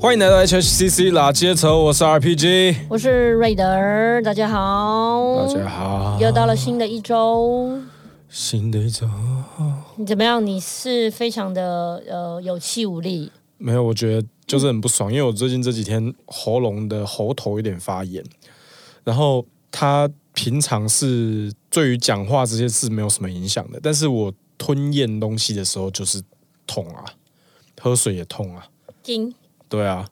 欢迎来到 HHCC 拉街头，我是 RPG。我是瑞德儿，大家好，大家好，又到了新的一周，新的一周。你怎么样？你是非常的呃有气无力，没有，我觉得就是很不爽，因为我最近这几天喉咙的喉头有点发炎，然后它平常是对于讲话这些是没有什么影响的，但是我吞咽东西的时候就是痛啊，喝水也痛啊，今对啊，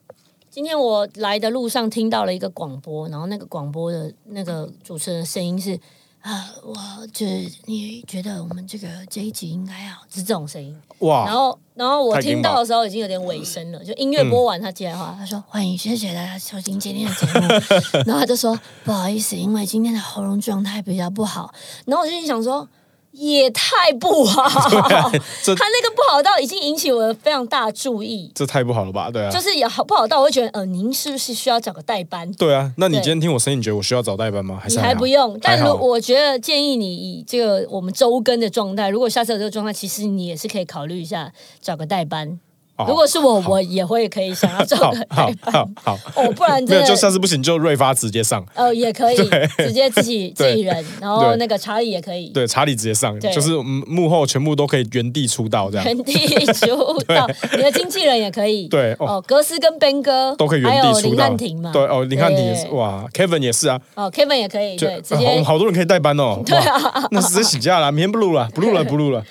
今天我来的路上听到了一个广播，然后那个广播的那个主持人的声音是啊，我这你觉得我们这个这一集应该要是这种声音，然哇，后然后我太劲听爆到的时候已经有点尾声了，就音乐播完他接来话，他说欢迎谢谢大家收听今天的节目，然后他就说不好意思，因为今天的喉咙状态比较不好，然后我就心想说。也太不好，哦 这 他那个不好到已经引起我的非常大注意，这太不好了吧？对啊，就是也好不好到我会觉得，呃，您是不是需要找个代班？对啊。那你对今天听我声音，你觉得我需要找代班吗？还你是还还好不用，但还好如我觉得建议你以这个我们周更的状态，如果下次有这个状态，其实你也是可以考虑一下找个代班。哦如果是我，好我也会可以想要找好个代好班好好， 哦，不然没真有，就的下次不行就瑞发直接上，呃也可以直接自己 自对己人，然后对那个查理也可以对，查理直接上，对就是嗯幕后全部都可以原地出道这样，原地出道，你的经纪人也可 以对哦。哦，格斯跟 Ben 哥都可以还原地有出林道，汉廷嘛，对哦，林汉廷也是对哇，Kevin 也是啊，哦 Kevin 也可以就对，直好我们接好多人可以代班哦，对啊，那直接请假了，明天不录了，不录了，不录了，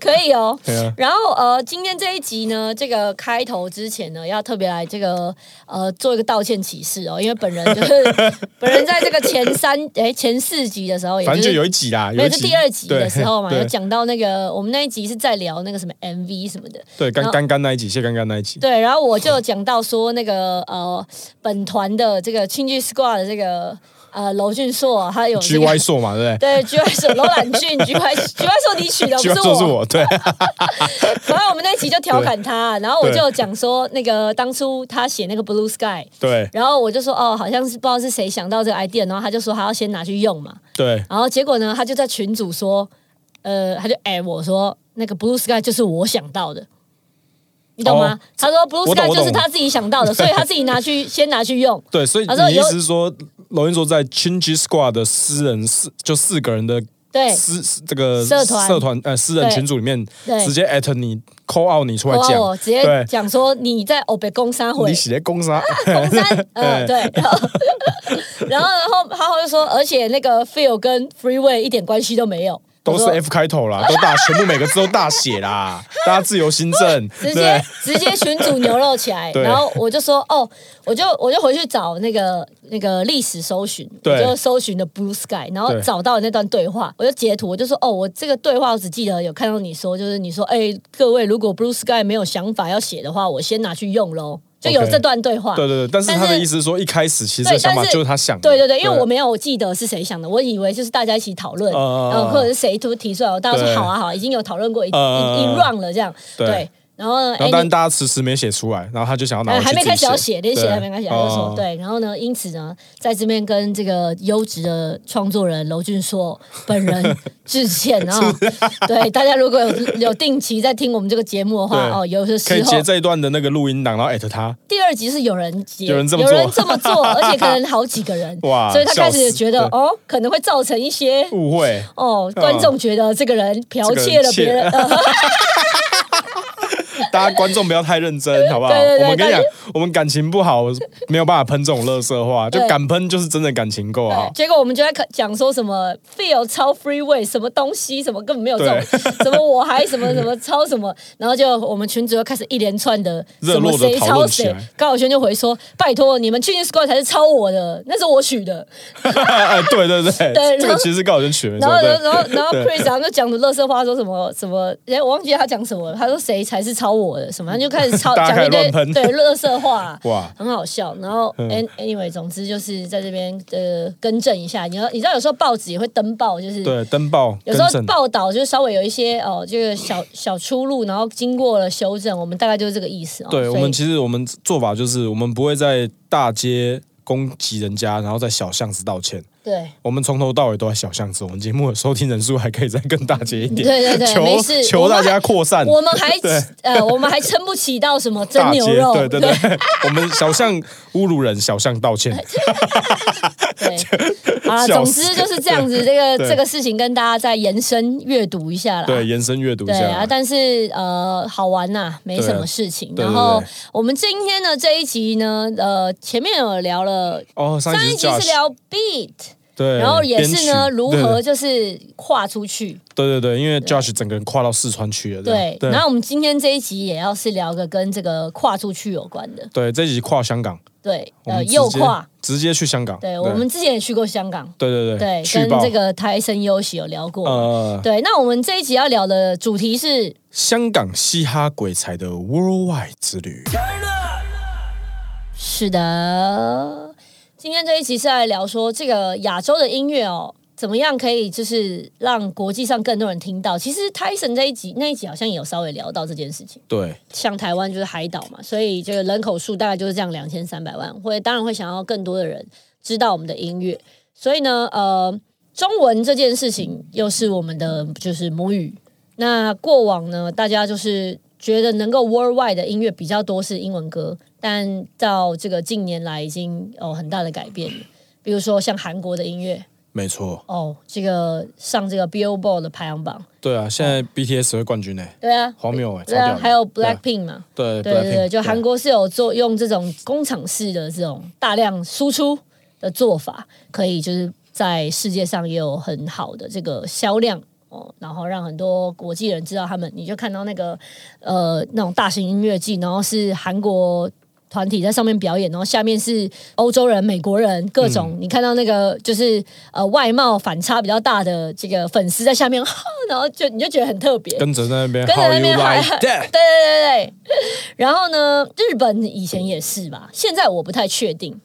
可以哦。对啊，然后呃，今天这一集呢，这个开头之前呢，要特别来这个呃做一个道歉启事哦，因为本人就是 本人在这个前三哎前四集的时候，也反正就是有一集啦，没一有，集是第二集的对时候嘛，有对讲到那个我们那一集是在聊那个什么 MV 什么的，对，然干后干干那一集，谢干干那一集，对，然后我就有讲到说那个呃本团的这个青剧 squad 的这个呃娄俊硕，他有这 G 个 Y 硕嘛，对不对？对 G Y 硕罗兰俊 G Y G Y 硕你取的 G 不 Y 是硕我是，我，对， 反正我们那一集就调侃他，然后我就讲说，那个当初他写那个 Blue Sky，对然后我就说哦，好像是不知道是谁想到这个 idea，然后他就说他要先拿去用嘛，对，然后结果呢，他就在群组说，呃，他就哎我说那个 Blue Sky 就是我想到的。你懂吗？哦他说 Blue 我懂 Sky 我懂就是他自己想 到的，所以他自己拿去先拿去用。对，所以他说你意啊有思是说，娄云说在 Chingy Squad 的私人四就四个人的 对私这个社团社团呃私人对群组里面，对直接 at 你 call out 你出来我讲，我直对接讲说你在欧北工商会你，写攻 杀，红 山，嗯，对， 然后然后然后然后就说，而且那个 Phil 跟 Freeway 一点关系都没有，都是我说 F 开头啦，都大全部每个字都大写 啦，大家自由新政，直对接直接群组牛肉起来， 对然后我就说哦，我就我就回去找那个那个历史搜寻，我对就搜寻的 Blue Sky，然后对找到那段对话，我就截图，我就说哦，我这个对话我只记得有看到你说，就是你说哎，各位如果 Blue Sky 没有想法要写的话，我先拿去用喽，就有 OK 这段对话。对对对，但是但他的是意思是说，一开始其实这对个想法但是就是他想的，对对对，因为我没有记得是谁想的，我以为就是大家一起讨论，哦哦哦呃，或者是谁突提出来，我大家说对好啊好啊，已经有讨论过一一呃一 round 了这样，对对。然后呢，然哎后但你大家迟迟没写出来，然后他就想要拿呃回去还没开始要自己写，连写对还没开始，他就说哦对。然后呢，因此呢，在这边跟这个优质的创作人娄俊硕本人致歉 啊。对大家如果有有定期在听我们这个节目的话，对哦，有的可以时候截这一段的那个录音档，然后艾特他，第二集是有人截，有人这么做这么做而且可能好几个人， 哇所以他开始笑死觉得对哦，可能会造成一些误会，哦，观众觉得这个人剽窃了别人，哦 呃大家观众不要太认真，好不好？对对对我们跟你但讲，我们感情不好，没有办法喷这种乐色话，就 对敢喷就是真的感情够好。结果我们就在讲说什么 feel 超 freeway 什么东西，什么根本没有这种， 什么我还什么什么超什么， 然后就我们群主又开始一连串的热什络么地谁讨抄论起谁来，高晓轩就回说拜托你们去年 squad 才是抄我的，那是我取的，哎， 对对对， 对这然个后其实是高晓轩取的，然后，对然后，然后，然后对 Chris 然后就讲的乐色话，说什么什么，哎，我忘记他讲什么了。他说谁才是抄我的什么，他就开始抄大家讲开始一堆乱喷对乐色话， 哇很好笑。然后嗯 an- anyway，总之就是在这边呃更正一下，你知道，你知道有时候报纸也会登报，就是对登报有更时候正，报道就是稍微有一些哦，这个小小出入，然后经过了修正，我们大概就是这个意思哦。对所我以们其实我们做法就是，我们不会在大街攻击人家，然后在小巷子道歉。对我们从头到尾都在小巷子，我们节目的收听人数还可以再更大节一点。对对对没 事求求大家扩散。我们还 对呃，我们还撑不起到什么蒸大节牛肉，对对对， 我们小巷侮辱人，小巷道歉。 对。好了，笑总死之就是这样子，这个对这个事情跟大家再延伸阅读一下啦。对，延伸阅读一对啊，下。但是呃，好玩呐、没什么事情。对啊对然后对对我们今天的这一集呢，呃，前面有聊了，哦，上上一集一集是 Josh，是聊 beat，对，然后也是呢编曲如对何就是跨出去。对对对，因为 Josh 整个人跨到四川去了。这样对，然后我们今天这一集也要是聊个跟这个跨出去有关的，对，这一集跨香港，对，我们呃，直接右跨。直接去香港。对，我们之前也去过香港，对对对，去跟吧这个台生优喜有聊过。呃对，那我们这一集要聊的主题是香港嘻哈鬼才的 Worldwide 之旅。是的，今天这一集是来聊说这个亚洲的音乐哦，怎么样可以就是让国际上更多人听到。其实 Tyson 这一集那一集好像也有稍微聊到这件事情，对像台湾就是海岛嘛，所以这个人口数大概就是这样两千三百万，会当然会想要更多的人知道我们的音乐，所以呢，呃，中文这件事情又是我们的就是母语。那过往呢，大家就是觉得能够 worldwide 的音乐比较多是英文歌，但到这个近年来已经有很大的改变了。比如说像韩国的音乐，没错，哦，这个上这个 Billboard 的排行榜，对啊，现在 BTS 会冠军呢、对啊，荒谬哎、欸，对超屌啊，的还有 Blackpink 嘛，对对对对，就韩国国是有做用这种工厂式的这种大量输出的做法，可以就是在世界上也有很好的这个销量哦，然后让很多国际人知道他们。你就看到那个呃那种大型音乐季，然后是韩国。团体在上面表演，然后下面是欧洲人、美国人，各种、你看到那个就是呃外貌反差比较大的这个粉丝在下面，然后就你就觉得很特别，跟着在那边跟着 How 那 you 边 喊 like that？对对对对。然后呢，日本以前也是吧，现在我不太确定。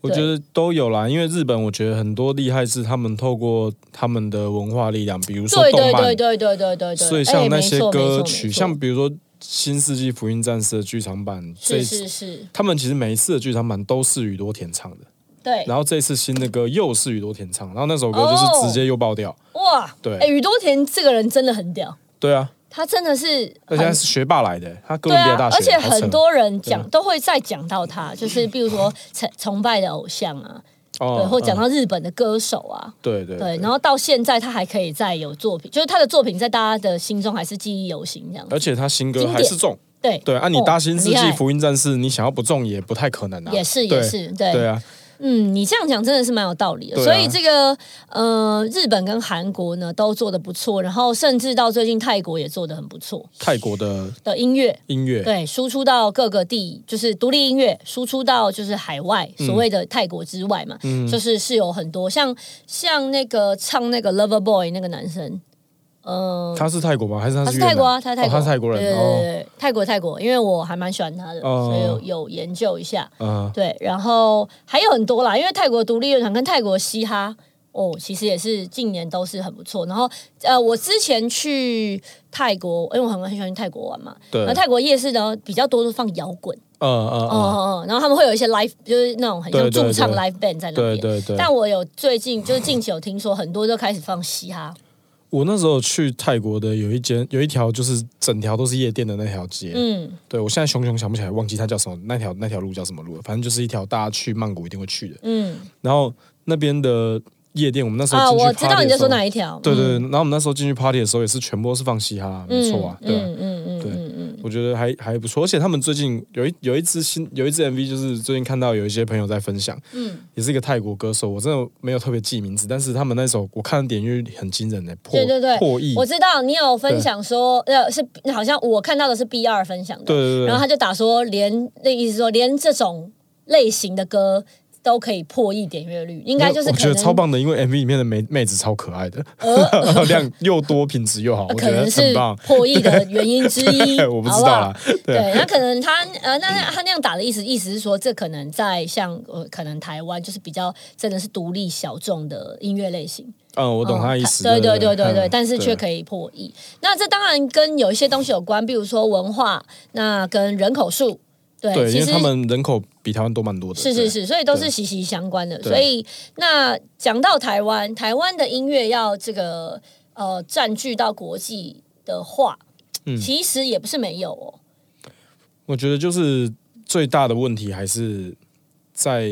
我觉得都有啦，因为日本我觉得很多厉害是他们透过他们的文化力量，比如说对动对漫，对对对对对对。所以哎像那没些错没歌错曲，没错像比如说《新世纪福音战士》的剧场版，是这是是，他们其实每一次的剧场版都是宇多田唱的，对然后这次新的歌又是宇多田唱，然后那首歌就是哦直接又爆掉。哇，对哎，宇多田这个人真的很屌，对啊，他真的是而很且他是学霸来的，他哥对伦比亚大，啊学，而且好扯很多人讲对都会再讲到他，就是比如 说崇崇拜的偶像啊，对，哦，或讲嗯到日本的歌手啊，对对对，然后到现在他还可以再有作品，就是他的作品在大家的心中还是记忆犹新这样子而。且他新歌经还典是中。对对啊，你哦搭新世很纪厉害福音战士，你想要不中也不太可能啊。也是对也是，对，对啊，嗯，你这样讲真的是蛮有道理的。对啊所以这个呃，日本跟韩国呢都做的不错，然后甚至到最近泰国也做的很不错泰国的的音乐，音乐，对，输出到各个地，就是独立音乐输出到就是海外，嗯所谓的泰国之外嘛，就是是有很多像像那个唱那个 Lover Boy 那个男生，呃，他是泰国吗？还是他他是是越南泰国啊，他是泰哦国，他是泰国对人对对哦。对，泰国泰国，因为我还蛮喜欢他的，哦所以有有研究一下。嗯，对，然后还有很多啦，因为泰国独立乐团跟泰国嘻哈哦，其实也是近年都是很不错。然后呃，我之前去泰国，因为我很很喜欢去泰国玩嘛，对然后泰国夜市呢比较多都放摇滚，嗯嗯哦嗯，哦，哦然后他们会有一些 live，就是那种很像对对驻唱对 live band 在那对边。对对。但我有最近就是近期有听说很多都开始放嘻哈，我那时候去泰国的有一间有一条就是整条都是夜店的那条街，嗯，对我现在熊熊想不起来忘记它叫什么那条那条路叫什么路了，反正就是一条大家去曼谷一定会去的。 嗯然后那边的夜店，我们那时啊，候进去我知道 party 你的在时候说哪一条，对对对，嗯，然后我们那时候进去 party 的时候也是全部都是放嘻哈，没错啊，嗯对啊嗯嗯嗯对嗯嗯，我觉得还还不错，而且他们最近有一有一支新有一支 MV，就是最近看到有一些朋友在分享，嗯，也是一个泰国歌手，我真的没有特别记名字，但是他们那首我看的点阅率很惊人的、欸破对对对破亿，我对知道你有分享说，呃，是好像我看到的是 B 二分享的，对对然后对，他就打说连那意思说连这种类型的歌都可以破亿点阅率，应该就是我可觉得能超棒的，因为 MV 里面的妹妹子超可爱的，呃， 量又多，品质又好，我可觉得能是很棒。破亿的原因之 一，我不知好道啦好？，对，那可能他呃，那那他那样打的意思，意思是说，这可能在像呃，可能台湾就是比较真的是独立小众的音乐类型，嗯，我懂他的意思。哦对对嗯对对对对，但是却以。可以破亿。那这当然跟有一些东西有关，比如说文化，那跟人口数，对，对，其因为实他们人口比台湾多蛮多的。是是对，是，所以都对是息息相关的。对所以那讲到台湾，台湾的音乐要这个呃占据到国际的话，嗯其实也不是没有哦。我觉得就是最大的问题还是在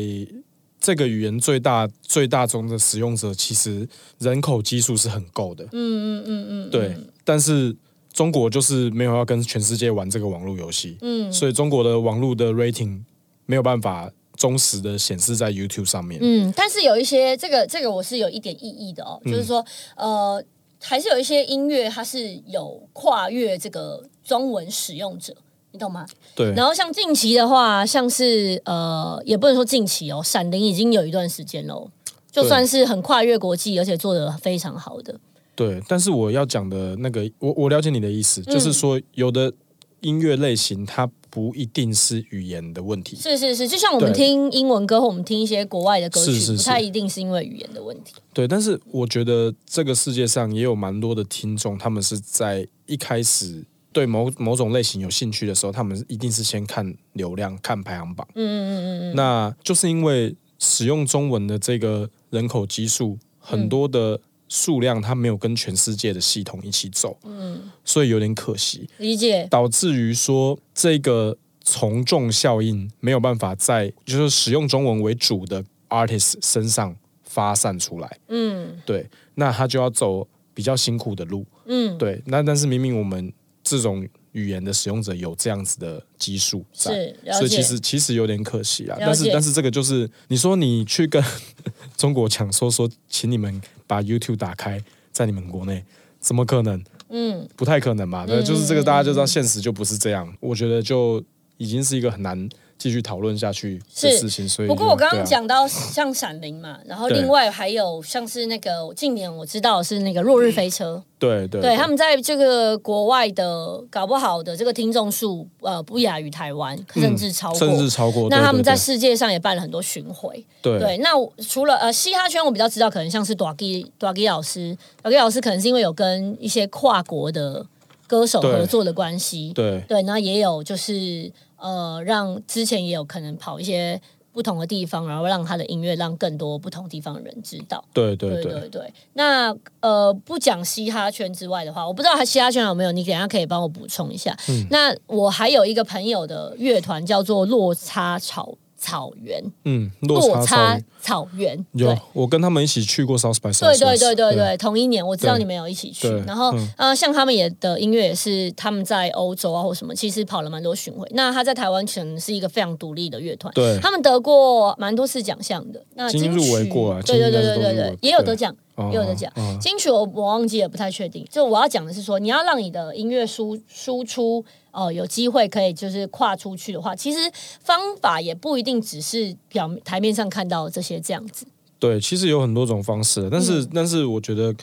这个语言最大最大宗的使用者，其实人口基数是很够的。嗯嗯嗯嗯，对，但是中国就是没有要跟全世界玩这个网络游戏，嗯所以中国的网络的 rating 没有办法忠实的显示在 YouTube 上面。嗯，但是有一些这个这个我是有一点异议的哦，嗯就是说呃，还是有一些音乐它是有跨越这个中文使用者，你懂吗？对，然后像近期的话，像是呃，也不能说近期哦，《闪灵》已经有一段时间喽，就对算是很跨越国际，而且做的非常好的。对，但是我要讲的那个，我我了解你的意思，嗯就是说有的音乐类型它不一定是语言的问题，是是是，就像我们对听英文歌或我们听一些国外的歌曲，是是不是太一定是因为语言的问题。对。但是我觉得这个世界上也有蛮多的听众，他们是在一开始对某某种类型有兴趣的时候，他们一定是先看流量、看排行榜。嗯嗯嗯嗯那就是因为使用中文的这个人口基数，嗯很多的数量它没有跟全世界的系统一起走，嗯，所以有点可惜。理解。导致于说这个从众效应没有办法在就是使用中文为主的 artist 身上发散出来。嗯对，那他就要走比较辛苦的路。嗯，对，那但是明明我们这种语言的使用者有这样子的基数在。是了所以其解。实其实有点可惜啊，了解但是但是这个就是你说你去跟 中国抢说说，请你们把 YouTube 打开，在你们国内，怎么可能？嗯，不太可能嘛，对，嗯就是这个大家就知道现实就不是这样，我觉得就已经是一个很难继续讨论下去的是事情，所以不过我刚刚就对啊讲到像《闪灵》嘛，然后对另外还有像是那个近年我知道的是那个《落日飞车》。对对对，他们在这个国外的搞不好的这个听众数，呃，不亚于台湾，甚至超过。嗯甚至超过，那对他对们在世界上也办了很多巡回。对对，那我除了呃嘻哈圈，我比较知道，可能像是 d a g i d a g i 老师 d a g i 老师可能是因为有跟一些跨国的歌手对合作的关系。对对，那也有就是呃，让之前也有可能跑一些不同的地方，然后让他的音乐让更多不同地方的人知道。对对对对，对对，那呃，不讲嘻哈圈之外的话，我不知道他嘻哈圈有没有，你等一下可以帮我补充一下。嗯那我还有一个朋友的乐团叫做落差草草原，嗯，落落差差草原，有对。，我跟他们一起去过 South by Southwest，对对对对对，同一年我知道对你们有一起去对，然后、嗯呃，像他们也的音乐也是他们在欧洲啊或什么，其实跑了蛮多巡回。那他在台湾可能是一个非常独立的乐团，对他们得过蛮多次奖项的，那金金入围曲过啊对金对对应该对是对都入围对，也有得对奖。哦也有得奖哦金曲我我忘记也不太确定。就我要讲的是说，你要让你的音乐输输出，呃，有机会可以就是跨出去的话，其实方法也不一定只是表面台面上看到这些这样子。对，其实有很多种方式，但嗯是、但是我觉得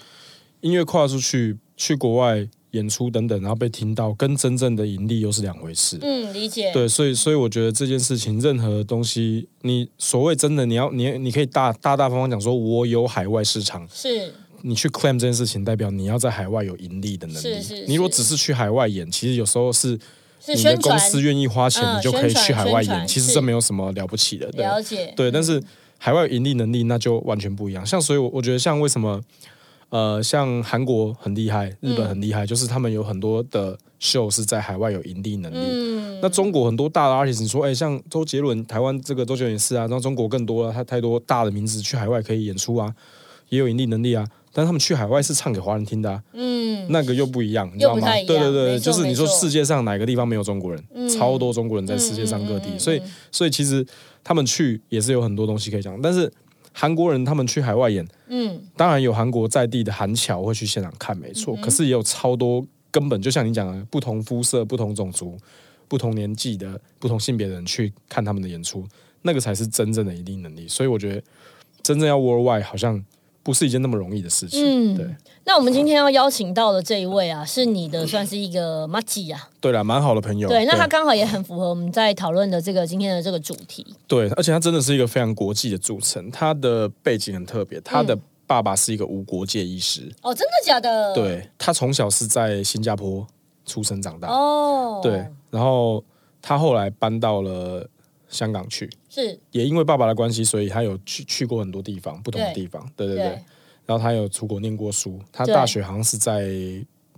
音乐跨出去去国外演出等等，然后被听到，跟真正的盈利又是两回事。嗯，理解。对，所以所以我觉得这件事情，任何东西，你所谓真的，你要你你可以大大大方方讲说，我有海外市场，是你去 claim 这件事情，代表你要在海外有盈利的能力。是是你如果是只是去海外演，其实有时候是是你的宣公传，司愿意花钱，嗯你就可以宣传去海外宣传演。其实是这没有什么了不起的，对了解。对。但是海外有盈利能力那就完全不一样。像所以，我我觉得像为什么。呃，像韩国很厉害，日本嗯很厉害，就是他们有很多的秀是在海外有盈利能力，嗯，那中国很多大的 artist，你说，哎、像周杰伦，台湾这个周杰伦也是啊，然后中国更多了，他太多大的名字去海外可以演出啊，也有盈利能力啊，但他们去海外是唱给华人听的、啊，嗯那个又不一样，你知又道不吗太？一样对对对，没就错是你说没错世界上哪个地方没有中国人？超多中国人在世界上各地，嗯嗯嗯嗯所以所以其实他们去也是有很多东西可以讲，但是韩国人他们去海外演，嗯，当然有韩国在地的韩侨会去现场看，没错，嗯可是也有超多根本就像你讲的，不同肤色、不同种族、不同年纪的、不同性别的人去看他们的演出，那个才是真正的一定能力。所以我觉得，真正要 worldwide 好像不是一件那么容易的事情。嗯对那我们今天要邀请到的这一位啊，是你的算是一个 m a g i 啊，对啦，蛮好的朋友。对，那他刚好也很符合我们在讨论的这个今天的这个主题。对，而且他真的是一个非常国际的组成，他的背景很特别，他嗯的爸爸是一个无国界医师，哦，真的假的？，对他从小是在新加坡出生长大。哦，对，然后他后来搬到了香港去，是也因为爸爸的关系，所以他有去去过很多地方，不同的对地方。对对对。对，然后他有出国念过书，他对大学好像是在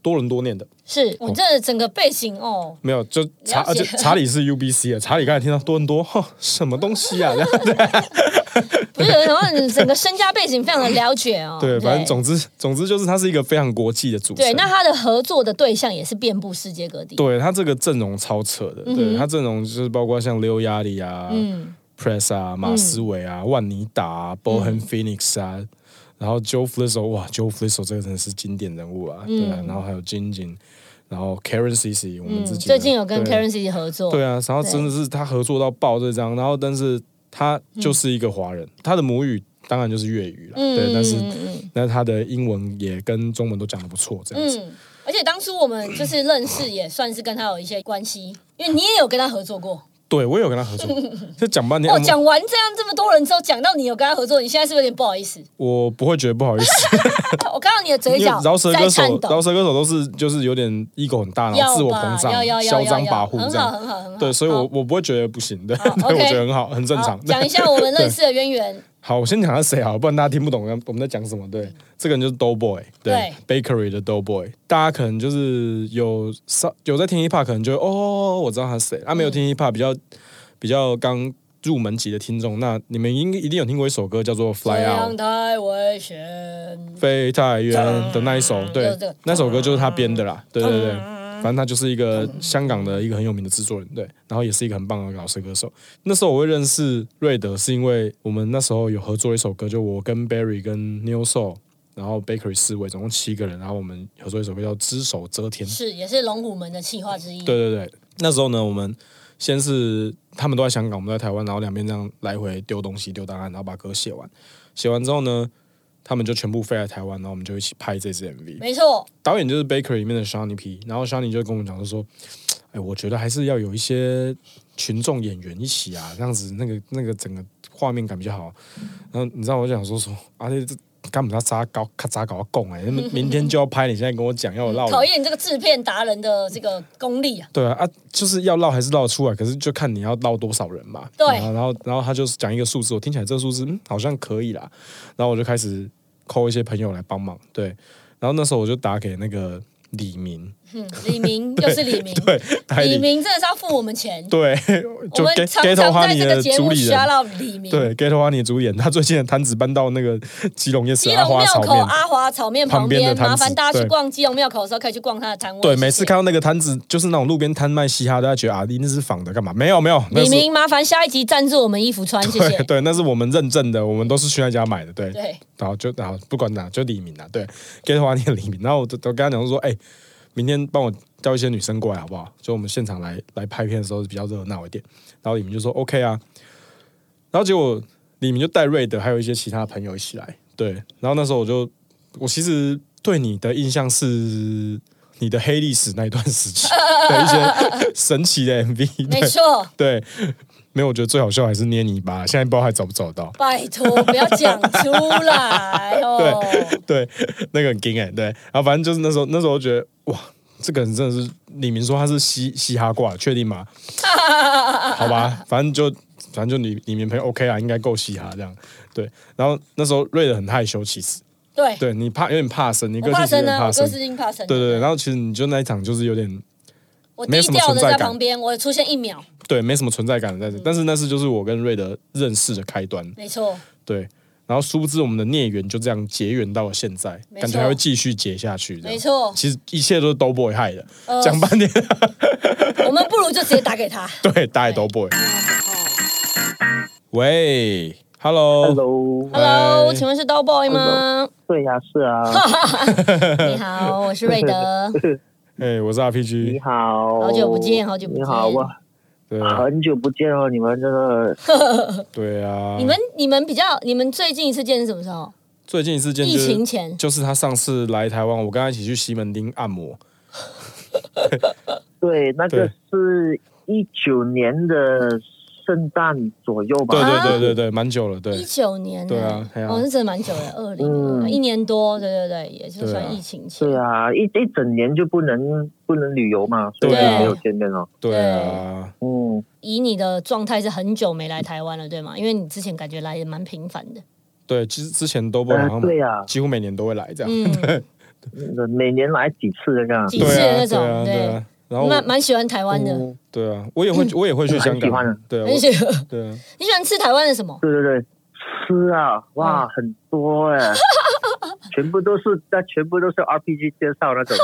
多伦多念的，是我这整个背景哦，没有就查，而了解且查理是 UBC 的，查理刚才听到多伦多， 哼，什么东西啊？这样不是，然后你整个身家背景非常的了解哦。 对，反正总之总之就是他是一个非常国际的组成。对，那他的合作的对象也是遍布世界各地。对他这个阵容超扯的，对他阵容就是包括像溜亚里啊、嗯， Press 啊、马思维啊、万尼达、啊、Bohan 嗯 Phoenix 啊，然后 Joe Flizzo，哇，Joe Flizzo 这个真的是经典人物啊，对啊，然后还有金金，然后 Karen CC，我们嗯，自己的最近有跟对 Karen C 合作。对啊，然后真的是他合作到爆这张，然后但是他就是一个华人，他的母语当然就是粤语了，嗯，对，但是嗯嗯那他的英文也跟中文都讲的不错，这样子。嗯，而且当初我们就是认识，也算是跟他有一些关系，因为你也有跟他合作过。对我有跟他 合作，就讲半天，哎哦，我讲完这样这么多人之后，讲到你有跟他合作，你现在是不是有点不好 意思？我不会觉得不好意思， 我看到你的嘴因为角饶舌在歌手颤，饶抖，舌歌手都是就是有点 ego 很大，然后自我膨胀要吧要要、要嚣张要跋扈很这好样。很好很好。对，所以好我我不会觉得不行的，好 对，我 OK 觉得很好，很正常好。讲一下 我们认识的渊源。好，我先讲他谁好，不然大家听不懂我们在讲什么。对，这个人就是 Doughboy，对 Bakery 的 Doughboy，大家可能就是有稍有在听 hiphop，可能就哦，我知道他是谁。啊，没有听 hiphop 比较比较刚入门级的听众，那你们应一定有听过一首歌叫做《这 Fly Out 样》，太危险。飞太远的那一首，嗯就对是这个，嗯那首歌就是他编的啦。对对对，反正他就是一个香港的一个很有名的制作人，对，然后也是一个很棒的饶舌歌手。那时候我会认识瑞德，是因为我们那时候有合作一首歌，就我跟 Barry 跟 New Soul，然后 Bakery 四位，总共七个人，然后我们合作一首歌叫《只手遮天》。是，也是龙虎门的企划之一。对对对，那时候呢，我们先是他们都在香港，我们都在台湾，然后两边这样来回丢东西、丢档案，然后把歌写完。写完之后呢，他们就全部飞来台湾，然后我们就一起拍这支 MV。没错，导演就是 Baker 里面的 Shani P，然后 Shani 就跟我们讲说说，哎，我觉得还是要有一些群众演员一起啊，这样子那个那个整个画面感比较好。然后你知道我就想说说，啊，这这干嘛扎搞咔扎搞供哎，明明天就要拍，你现在跟我讲要我绕考验你这个制片达人的这个功力啊。对啊，啊，就是要绕还是绕得出来，可是就看你要绕多少人嘛。对然后然后然后他就是讲一个数字，我听起来这个数字嗯好像可以啦，然后我就开始扣一些朋友来帮忙，对。然后那时候我就打给那个李明，嗯，李明又是李明， 对，打给李李，明真的是要付我们钱。对， 我就们 get 常 get 常花在你这个的节主目理需要人。到李明。对，get 花你的主理人，他最近的摊子搬到那个基隆夜市基阿隆花庙炒口啊面。阿华炒面旁旁边的边，摊子麻烦大家去对逛基隆庙口的时候，可以去逛他的摊位。对，谢谢每次看到那个摊子，就是那种路边摊卖嘻哈的，大家觉得啊，那是仿的，干嘛？没有没有，那李 是明，麻烦下一集赞助我们衣服穿，谢对谢。对，那是我们认证的，我们都是去那家买的，对。对，然后就然后不管哪，就李明啊，对，给花店李明。然后我就我跟他讲说，哎、明天帮我叫一些女生过来好不好？就我们现场来来拍片的时候比较热闹一点。然后李明就说 OK 啊，然后结果李明就带瑞德还有一些其他朋友一起来，对。然后那时候我就我其实对你的印象是。你的黑历史那一段时期的一些神奇的 MV，没对错。对，没有，我觉得最好笑还是捏泥巴，现在不知道还找不找得到。拜托，不要讲出来哦！ 对，那个很惊哎、对，然后反正就是那时候，那时候觉得哇，这个人真的是李明说他是嘻嘻哈挂，确定 吗？好吧，反正就反正就李李明朋友 OK 啊啦，应该够嘻哈这样。对，然后那时候瑞德很害羞，其实对，对你怕有点怕生，你个我性怕其实有生点啊，怕我哥生。是因怕生。对对对，然后其实你就那一场就是有点我没低什么调的存在在感旁边，我出现一秒，对没什么存在感在这，但是那是就是我跟瑞德认识的开端。没错，对，然后殊不知我们的孽缘就这样结缘到了现在，没错感觉还会继续结下去。这样没错其实一切都是 Doughboy 害的，呃讲半天我们不如就直接打 给他。对，打给 Doughboy。喂哦 Hello，哎 Hello，请问是 Double Boy 吗？对呀、是啊，你好，我是瑞德，哎、我是你 RPG，好，好久不见，，好久不你见。好，我对很久不见哦，你们这个对啊，你们你们比较，你们最近一次见是什么时候？最近一次见就疫是情前。就是他上次来台湾，我跟他一起去西门町按摩，对，那个对是一九年的圣诞左右吧？对对对对对，对，蛮久了，对一九年呢、对啊对啊哦，是真的蛮久的，二零、啊嗯一年多，对对对，也就对啊算疫情前。对啊，一一整年就不能不能旅游嘛，所以对啊就没有见面了。对啊，嗯，嗯，以你的状态是很久没来台湾了，对吗？因为你之前感觉来也蛮频繁的。对，其实之前都不好呃，像对呀、几乎每年都会来这样，嗯，每年来几次这样，几对次啊，那种对啊，对啊。 然后蛮我蛮喜欢台湾的，嗯对啊，我也会，我也会去我香很喜欢港的，对啊，很我喜欢。对啊，你喜欢吃台湾的什么？对对对，吃啊，哇，很多哎、全部都是，那全部都是 RPG 介绍那种，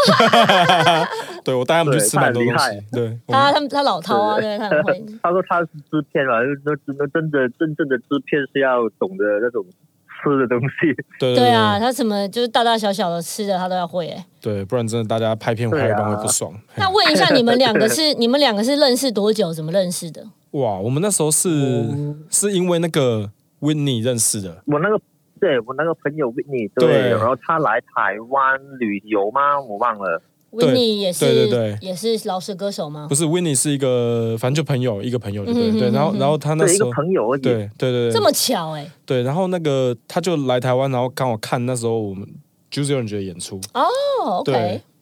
对我带他们去对吃他蛮很多厉东害西，对，我他们他们他老饕啊，对，他很会。他说他是制片嘛，那那真的真正的制片是要懂得那种吃的东西， 对对啊，，他什么就是大大小小的吃的他都要会 哎。对，不然真的大家拍片回啊来一般会不爽。嘿那问一下，你们两个是 你们两个是认识多久？怎么认识的？哇，我们那时候是嗯是因为那个 w i n n i e 认识的，我那个对我那个朋友 Whitney，对，对然后他来台湾旅游吗？我忘了。维尼也对对是对也是老式歌手吗不？是 w i n n i e 是一个，反正就朋友，一个朋友就对嗯哼对，然后嗯哼然后他那对一时个候朋友而已。对对对这对么巧哎！对，然后那个他就来台湾，然后刚好看那时候我们 Juicy Orange 的演出，哦，OK，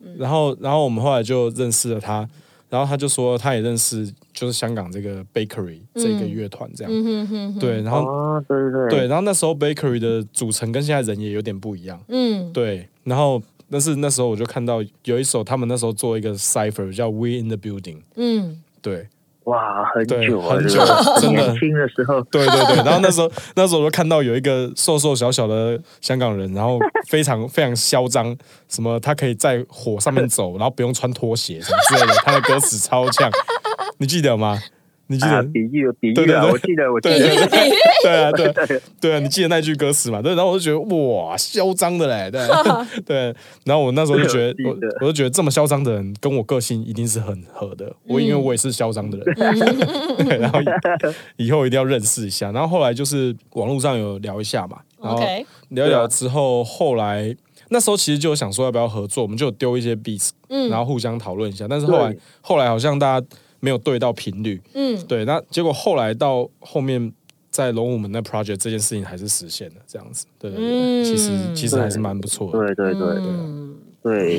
对然后然后我们后来就认识了他，然后他就说他也认识就是香港这个 Bakery 这个乐团这样，嗯哼哼哼，对，然后哦，对对对，，然后那时候 Bakery 的组成跟现在人也有点不一样。嗯，对，然后但是那时候我就看到有一首他们那时候做一个 cipher 叫 We in the Building，嗯，对哇，很对久啊，很这久个 真的年轻的时候，对对对，然后那时候那时候我就看到有一个瘦瘦小小的香港人，然后非常非常嚣张，什么他可以在火上面走，然后不用穿拖鞋什么之类的，他的歌词超像，你记得吗？你记得？啊，比喻比对喻对啊，对我记得我记嗯对得，对对对啊对啊对啊！你记得那句歌词嘛？对，然后我就觉得哇，嚣张的嘞，对对。然后我那时候就觉得，对我我记得我就觉得这么嚣张的人跟我个性一定是很合的。我因为我也是嚣张的人， 对然后以以后一定要认识一下。然后后来就是网络上有聊一下嘛，然后 OK 聊一聊之后，后来那时候其实就有想说要不要合作，我们就有丢一些 beats，嗯然后互相讨论一下。但是后来对后来好像大家没有对到频率，嗯，对，那结果后来到后面在龙武门那 project 这件事情还是实现了，这样子，对对对，嗯其实其实还是蛮不错的，对对对对嗯对。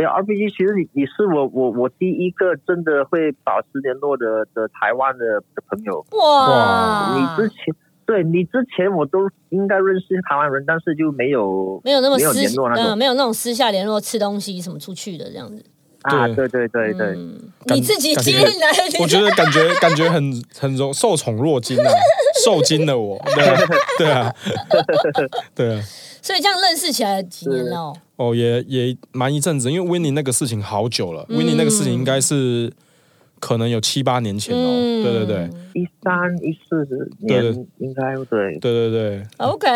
哎，RPG 其实你你是我我我第一个真的会保持联络的的台湾的的朋友，哇啊你，之前。对你之前我都应该认识台湾人，但是就没有没有那么没有私联络那种嗯，没有那种私下联络吃东西什么出去的这样子。啊，对对对对对，嗯，感你自己接感来，我觉得感觉感觉很很容受宠若惊啊，受惊的我，对啊，对啊， 对啊，所以这样认识起来几年了哦，哦，也也蛮一阵子，因为 w i n n i e 那个事情好久了、嗯 w i n n i e 那个事情应该是可能有七八年前哦，嗯对对对一三一四对年对应该对，对对对， ，OK，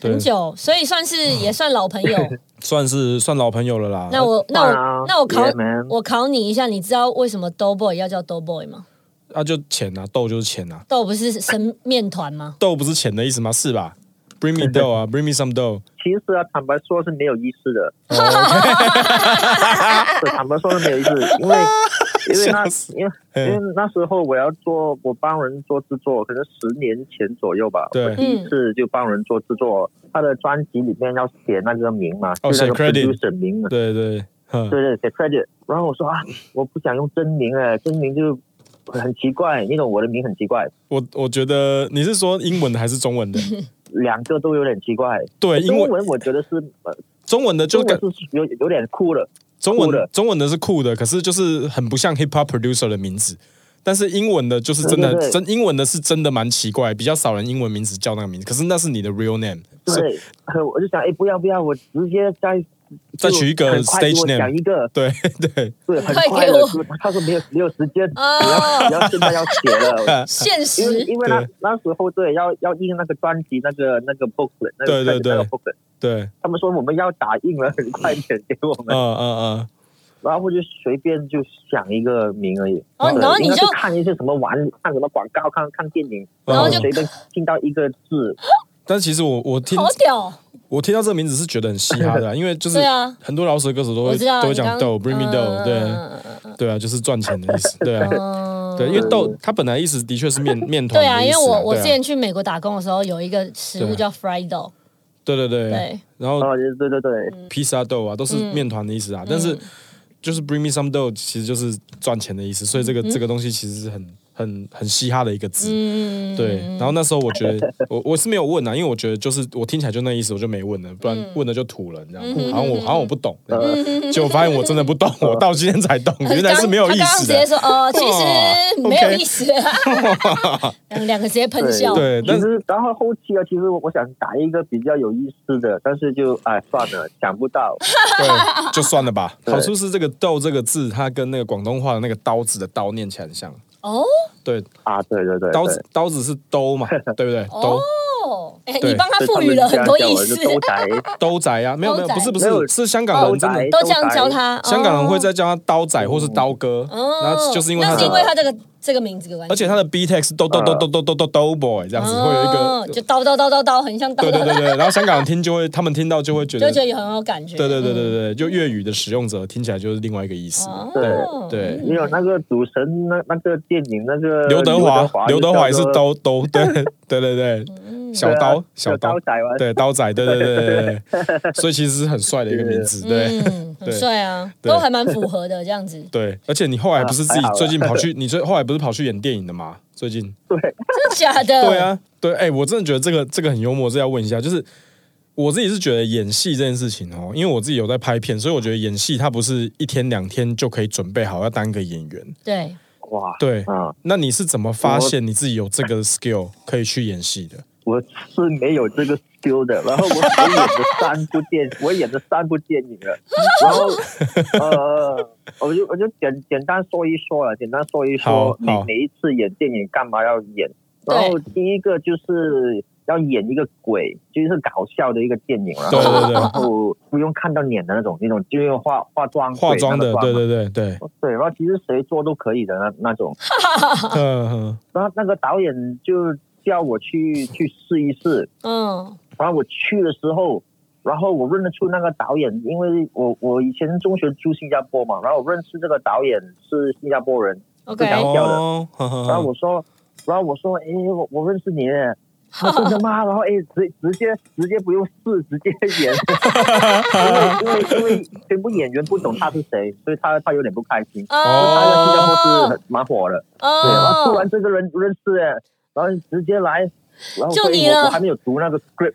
对嗯很久，所以算是也算老朋 友。算是算老朋友了啦。那我那啊我那我考 Yeah, man 我考你一下，你知道为什么 Dough Boy 要叫 Dough Boy 吗？啊，就钱啊，豆就是钱啊，豆不是生面团吗？豆不是钱的意思吗？是吧？Bring me dough 啊，Bring me some dough。其实啊，坦白说是没有意思的。哦 对，坦白说是没有意思，因为因为那笑死嗯因为因为那时候我要做，我帮人做制作，可能十年前左右吧。对我第一次就帮人做制作，他的专辑里面要写那个名嘛，哦就是那写个 credit producer 名嘛。对对，嗯，对对，给 credit。然后我说啊，我不想用真名哎，真名就很奇怪，那种我的名很奇怪，我我觉得你是说英文的还是中文 的？两个都有点奇怪。对，因中为文我觉得是呃中文的就中感文是有有点酷的，中酷文的中文的是酷的，可是就是很不像 hip hop producer 的名字。但是英文的就是真的对对对真英文的是真的蛮奇怪，比较少人英文名字叫那个名字。可是那是你的 real name，是对，呃我就想，哎，不要不要，我直接在再取一个很快给 stage 我 name 讲一个，对对，对，很快快给的我。是他说没有没有时间，哦然后现在要写了 现因为实，因为那对那时候对要要印那个专辑那个那个 booklet，那对个对对那个 booklet，对，他们说我们要打印了，很快点给我嗯们，嗯然后我就随便就想一个名而已。哦对然后你因为就是看一些什么玩，看什么广告，看看电影，嗯，然后嗯就随便听到一个字，但其实我我听好屌！哦我听到这个名字是觉得很嘻哈 的啊，因为就是对啊很多饶舌歌手都我会知道都会你刚讲 dough bring me dough，对嗯嗯嗯对啊，就是赚钱的意 思，对啊。嗯对，因为对豆它本来意思的确是 面面团对的啊，因意为思我我对之啊前去美国打工的时候，有一个食物对叫 fried dough，对对对，对然后哦，对对对，嗯披萨豆啊都是面团的意思啊，但是就是 bring me some dough 其实就是赚钱的意思，所以这个这个东西其实是很很很嘻哈的一个字。嗯，对，然后那时候我觉得我我是没有问啊，因为我觉得就是我听起来就那意思，我就没问了，不然问了就土了，你知道嗯吗？好像我好像我不懂，结果发现我真的不懂，我到今天才懂，原来是没有意 他刚刚思直接的。哦说，呃，其实没有 OK 意思， 嗯两两个直接喷笑。对但其实然后后期啊，其实我我想打一个比较有意思的，但是就哎算了，想不到。对，就算了吧。对好处是这个“豆”这个字，它跟那个广东话的那个“刀子”的“刀”念起来很像。哦对，啊，对对对，刀对子刀子是兜嘛，对不对？兜哦，哎，对你帮他对赋予了他很们多这样意叫我思就，都宅，兜仔啊，没有没有，兜仔不是不没是，有是香港人真兜的仔，都这样教他。哦 香港人会再叫他刀仔或是刀哥，然哦后，就是因为他那是因的，为他这个这个名字的关系，而且他的 B text 兜兜兜兜兜兜兜兜 boy 这样子，会有一哦个就叨叨叨叨叨，很像叨对对叨，对对，然后香港人听就会，他们听到就会觉就得，觉得有很有感觉。对对对对对，就粤语的使用者听起来就是另外一个意思，哦，对对。没有那个赌神那那个电影那个刘德华，刘德华也是就叫做兜兜，对 对对对，小对刀啊小刀刀，仔嘛，对刀仔，对对对对对对，所以其实是很帅的一个名字，对。嗯，很对帅啊，对。都还蛮符合的这样子对，而且你后来不是自己啊还好啦最近跑去，你最后来不是跑去演电影的吗？最近，真的假的？ 对，啊，对，哎、我真的觉得这个这个很幽默，是要问一下，就是我自己是觉得演戏这件事情哦，因为我自己有在拍片，所以我觉得演戏它不是一天两天就可以准备好要当一个演员。对，哇，对，啊，那你是怎么发现你自己有这个 skill 可以去演戏的？我是没有这个 skill 的，然后我我演了三部 电，我演了三部电影了，然后呃，我就我就简简单说一说了，简单说一好说你好每一次演电影干嘛要演，然后第一个就是要演一个鬼，就是搞笑的一个电影，然对后对对然，后不用看到脸的那种，那种就是用化化妆化妆的，对对对对 对，对，然后其实谁做都可以的那那种，嗯嗯，然后那个导演就叫我去去试一试，嗯，然后我去的时候，然后我认得出那个导演，因为我我以前中学住新加坡嘛，然后我认识这个导演是新加坡人， OK，然后搞笑的哦，呵呵然后呵我说，然后我说，哎，我我认识你耶。他说真的吗？然后哎，直直接直接不用试，直接演，因为因为因为全部演员不懂他是谁，所以他他有点不开心。他在新加坡是哦很蛮火的，对，然后突哦，然这个人认识哎，然后直接来，然后就所以你我了我还没有读那个 script，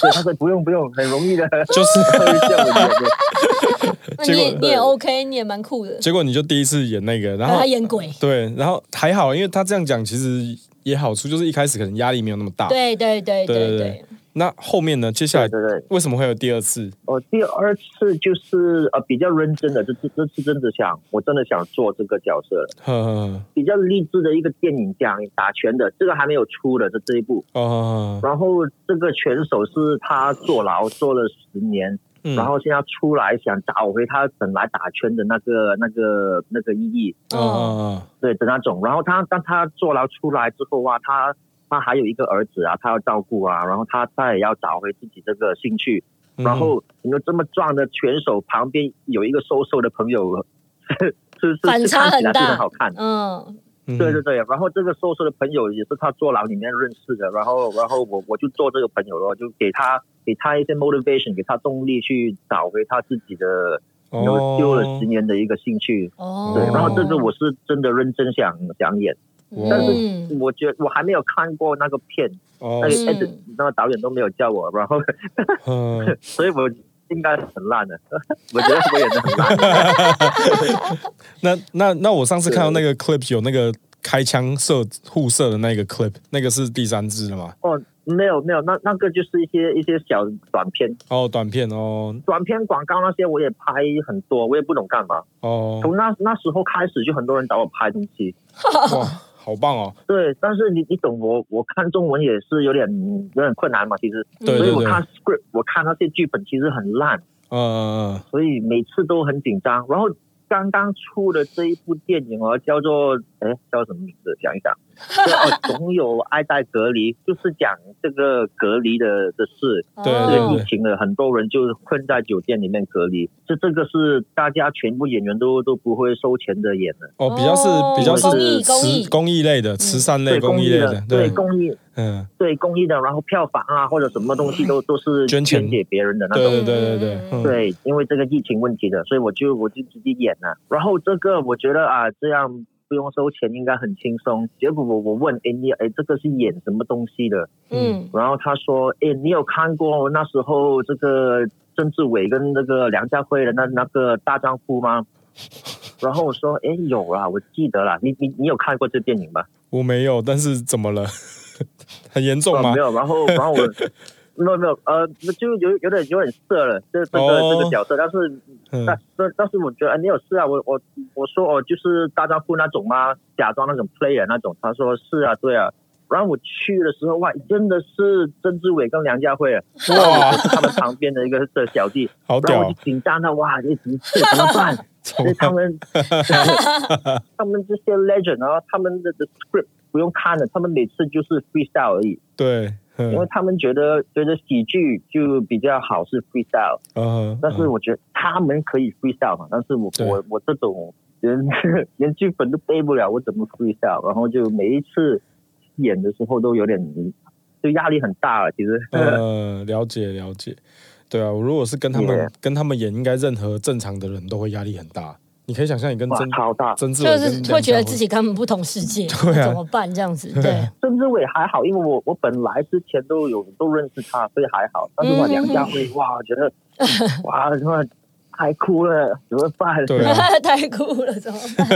对，他说不用不用，很容 易的，就是他就叫我演的，那你也结果你也 OK，你也蛮酷的。结果你就第一次演那个，然后他演鬼，对，然后还好，因为他这样讲其实也好处，就是一开始可能压力没有那么大。，对对对啊对对对对对，那后面呢？接下来对对对。为什么会有第二次？我第二次就是呃比较认真的，这这这次真的想，我真的想做这个角色，呵呵比较励志的一个电影奖，打拳的，这个还没有出的这这一部。呵，哦，然后这个拳手是他坐牢坐了十年，嗯然后现在出来想找回他本来打拳的那个那个那个意义，嗯嗯对的那种。然后他当他坐牢出来之后啊，他他还有一个儿子啊，他要照顾啊，然后他他也要找回自己这个兴趣。嗯然后你说这么壮的拳手旁边有一个瘦瘦的朋友， 是是反是差看很起来非大常好看。嗯，嗯对对对，然后这个瘦瘦的朋友也是他坐牢里面认识的，然后然后我我就做这个朋友了，就给他给他一些 motivation，给他动力去找回他自己的然哦后丢了十年的一个兴趣。哦，对，然后这个我是真的认真想想演，但是嗯，我觉得我还没有看过那个片，哦那个嗯 edit- 那个导演都没有叫我，然后嗯所以我应该很烂的， 我觉得我演的很烂。那那那我上次看到那个 clip 有那个开枪射互射的那个 clip，那个是第三支的吗？哦，没有没有，那那个就是一些一些小短片，哦，短片哦短片广告那些我也拍很多，我也不懂干嘛。哦，从那那时候开始，就很多人找我拍东西。哇，好棒哦！对，但是你你懂我，我看中文也是有点有点困难嘛，其实，嗯对所以对我对，看 script，我看那些剧本其实很烂，嗯嗯所以每次都很紧张。然后刚刚出的这一部电影哦，叫做哎叫什么名字？想一想，叫哦总有爱在隔离，就是讲这个隔离的的事。哦对这对个对疫情了，很多人就是困在酒店里面隔离，这这个是大家全部演员都都不会收钱的演的。哦，比较是哦比较公是益公益嗯慈公益类的、慈善类、对公公益益类的的，，对公益嗯，对公益的，然后票房啊或者什么东西都都是捐钱给别人的那对种。对对对对，嗯对，因为这个疫情问题的，所以我就我就自己演了。然后这个我觉得啊，这样不用收钱，应该很轻松。结果我我问，哎你哎这个是演什么东西的？嗯然后他说，哎你有看过那时候这个郑志伟跟那个梁家辉的那那个大丈夫吗？然后我说，哎有啊，我记得了。你你你有看过这电影吗？我没有，但是怎么了？ 很严重哦，吗没？有，然后然后我 没有没有呃，就有有点有点色了，这这个、哦这个角色，但是 嗯但但但是我觉得、哎你有事啊，我我我说哦，就是大丈夫那种吗？假装那种 player 那种，他说是啊，对啊。然后我去的时候，哇，真的是曾志伟跟梁家辉，啊哇，他们旁边的一个这小弟，哦 好然后我屌哦就！紧张到哇，这怎么这怎 么办？怎所么以他办 们他们这些 legend，然后他们的的 script 不用看了，他们每次就是 freestyle 而已。对，嗯因为他们觉得觉得喜剧就比较好是 freestyle，嗯，但是嗯我觉得他们可以 freestyle 嘛，但是我对我我这种连连剧本都背不了，我怎么 freestyle？然后就每一次演的时候都有点就压力很大了，其实。呃，了解了解，对啊，我如果是跟他们 Yeah 跟他们演，应该任何正常的人都会压力很大。你可以想象，你跟 哇曾，超大！曾志伟就是跟会梁觉得家辉自己跟他们不同世界，对啊怎么办这样子？对对啊，曾志伟还好，因为我我本来之前都有都认识他，所以还好。但是我嗯梁家辉，哇，我觉得哇， 他妈太酷了，怎么办？对啊 太酷了，怎么办？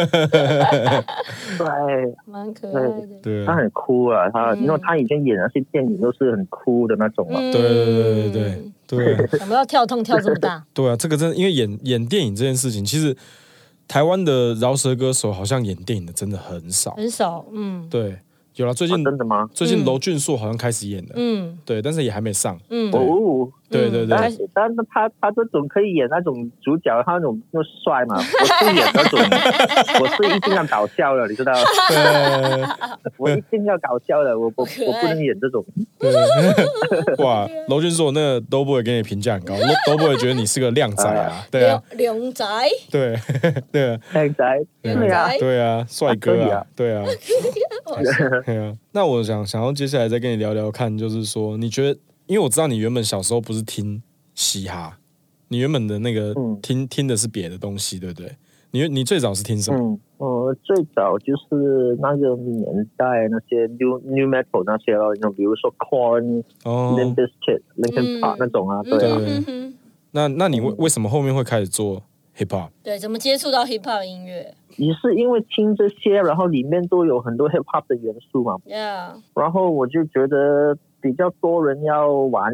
对蛮可爱的。对他很酷啊，他、嗯因为他以前演那些电影都是很酷的那种啊。嗯对对对对对对啊 想不到跳痛跳这么大，对啊！这个真的，因为演演电影这件事情，其实台湾的饶舌歌手好像演电影的真的很少。很少。嗯对，有了最近啊真的吗？最近嗯娄俊硕好像开始演了，嗯对，但是也还没上。嗯对哦，对嗯对但对，但是他他这种可以演那种主角，他那种又帅 嘛，我是演那种，我是一定要搞笑的，你知道， 呃我一定要搞笑的，我我可爱我不能演这种，对哇，娄俊硕那个 b o y 给你评价很高，b o y 觉得你是个靓仔啊，对啊，两两仔，对对啊。靓仔，对哎啊，对啊，帅哥可以啊啊，对啊， 对啊。那我想想要接下来再跟你聊聊看，就是说，你觉得，因为我知道你原本小时候不是听嘻哈，你原本的那个嗯听听的是别的东西，对不对？你你最早是听什么？嗯，我最早就是那个年代那些 new new metal 那些咯，那种比如说 Corn、Limp 哦， Bizkit、Linkin 嗯 Park 那种啊，对啊，嗯嗯嗯那那你为为什么后面会开始做 hip hop？对，怎么接触到 hip hop 音乐也是因为听这些，然后里面都有很多 hip hop 的元素嘛， ？Yeah，然后我就觉得比较多人要玩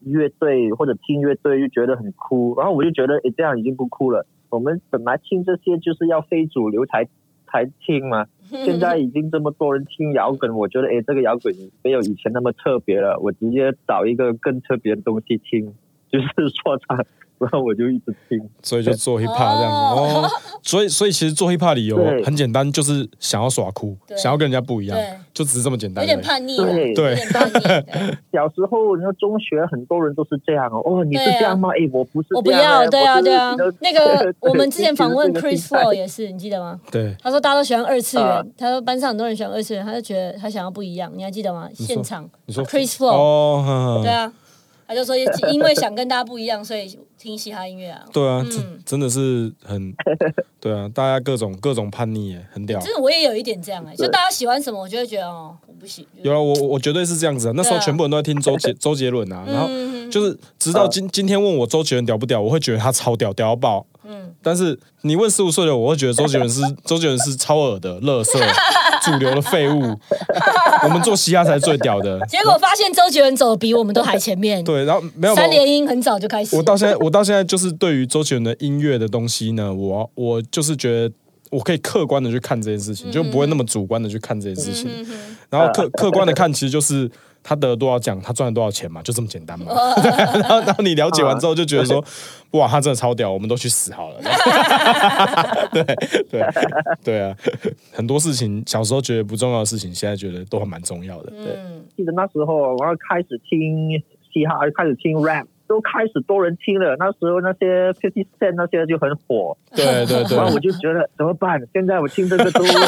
乐队或者听乐队，就觉得很酷，然后我就觉得诶这样已经不酷了。我们本来听这些就是要非主流才才 听嘛，现在已经这么多人听摇滚，我觉得诶这个摇滚没有以前那么特别了，我直接找一个更特别的东西听， 就是说唱，然后我就一直听。所以就做 hip hop 这样子哦。所以所以其实做 hip hop 理由对很简单，就是想要耍酷，对想要跟人家不一样对，就只是这么简单而有已。点叛逆啊，对有点叛逆。对小时候，你说中学很多人都是这样哦，哦，你是对啊这样吗？诶，我不是我不这样要，啊，对啊，我是对啊你的。，那个我们之前访问这个心 Chris 态 Paul 也是，你记得吗？对，他说大家都喜欢二次啊元，他说班上很多人喜欢二次元，他就觉得他想要不一样，你还记得吗？说现场你说 Chris Paul，哦，呵呵对啊，他就说也因为想跟大家不一样，所以听嘻哈音乐啊。对啊，嗯这真的是 很，对啊，大家各种各种叛逆耶，很屌真。的，我也有一点这样哎、就对大家喜欢什么，我就会觉得哦，我不行。就是有啊，我我我绝对是这样子啊。那时候全部人都在听周 杰周杰伦啊，然后嗯就是直到今今天问我周杰伦屌不屌，我会觉得他超屌，屌到爆。嗯，但是你问十五岁的我，我会觉得周杰伦 是周杰伦是超恶的、垃圾、主流的废物。我们做嘻哈才是最屌的。结果发现周杰伦走得比我们都还前面，对，然后没有三连音很早就开 始。我到现在，我到现在就是对于周杰伦的音乐的东西呢，我我就是觉得我可以客观的去看这件事情，就不会那么主观的去看这件事情。嗯哼然后客客观的看，其实就是他得了多少奖，他赚了多少钱嘛，就这么简单嘛。哦然后 然后你了解完之后就觉得说，哇，他真的超屌，我们都去死好了。 对对对啊，很多事情小时候觉得不重要的事情，现在觉得都还蛮重要的。对，嗯，记得那时候，然后开始听嘻哈，开始听 rap，都开始多人听了。那时候那些 Fifty Cent 那些就很火，对对对然 后我就觉得怎么办？现在我听这个 都都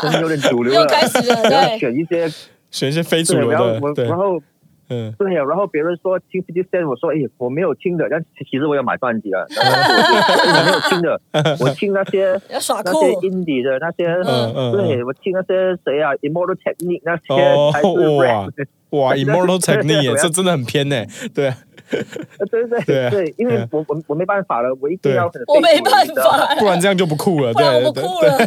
变成有点主流又了，开始了，我要对，选一些选一些非主对，流然后的，我对然后嗯，对呀、然后别人说听 Fifty Cent，我说哎，我没有听的，但其其实我有买专辑 了，然后我就我没有听的，我听那些要耍那些酷， indie 的那些，嗯嗯对我听那些谁啊，Immortal Technique 那哦些才是哇 rap， 哇，Immortal 对对 Technique，耶我要这真的很偏呢。对 啊，对对对啊对，因为嗯我我我没办法了，我一定对要很我没被鼓励办的，法不了，然这样就不酷了。不然对我对哭了。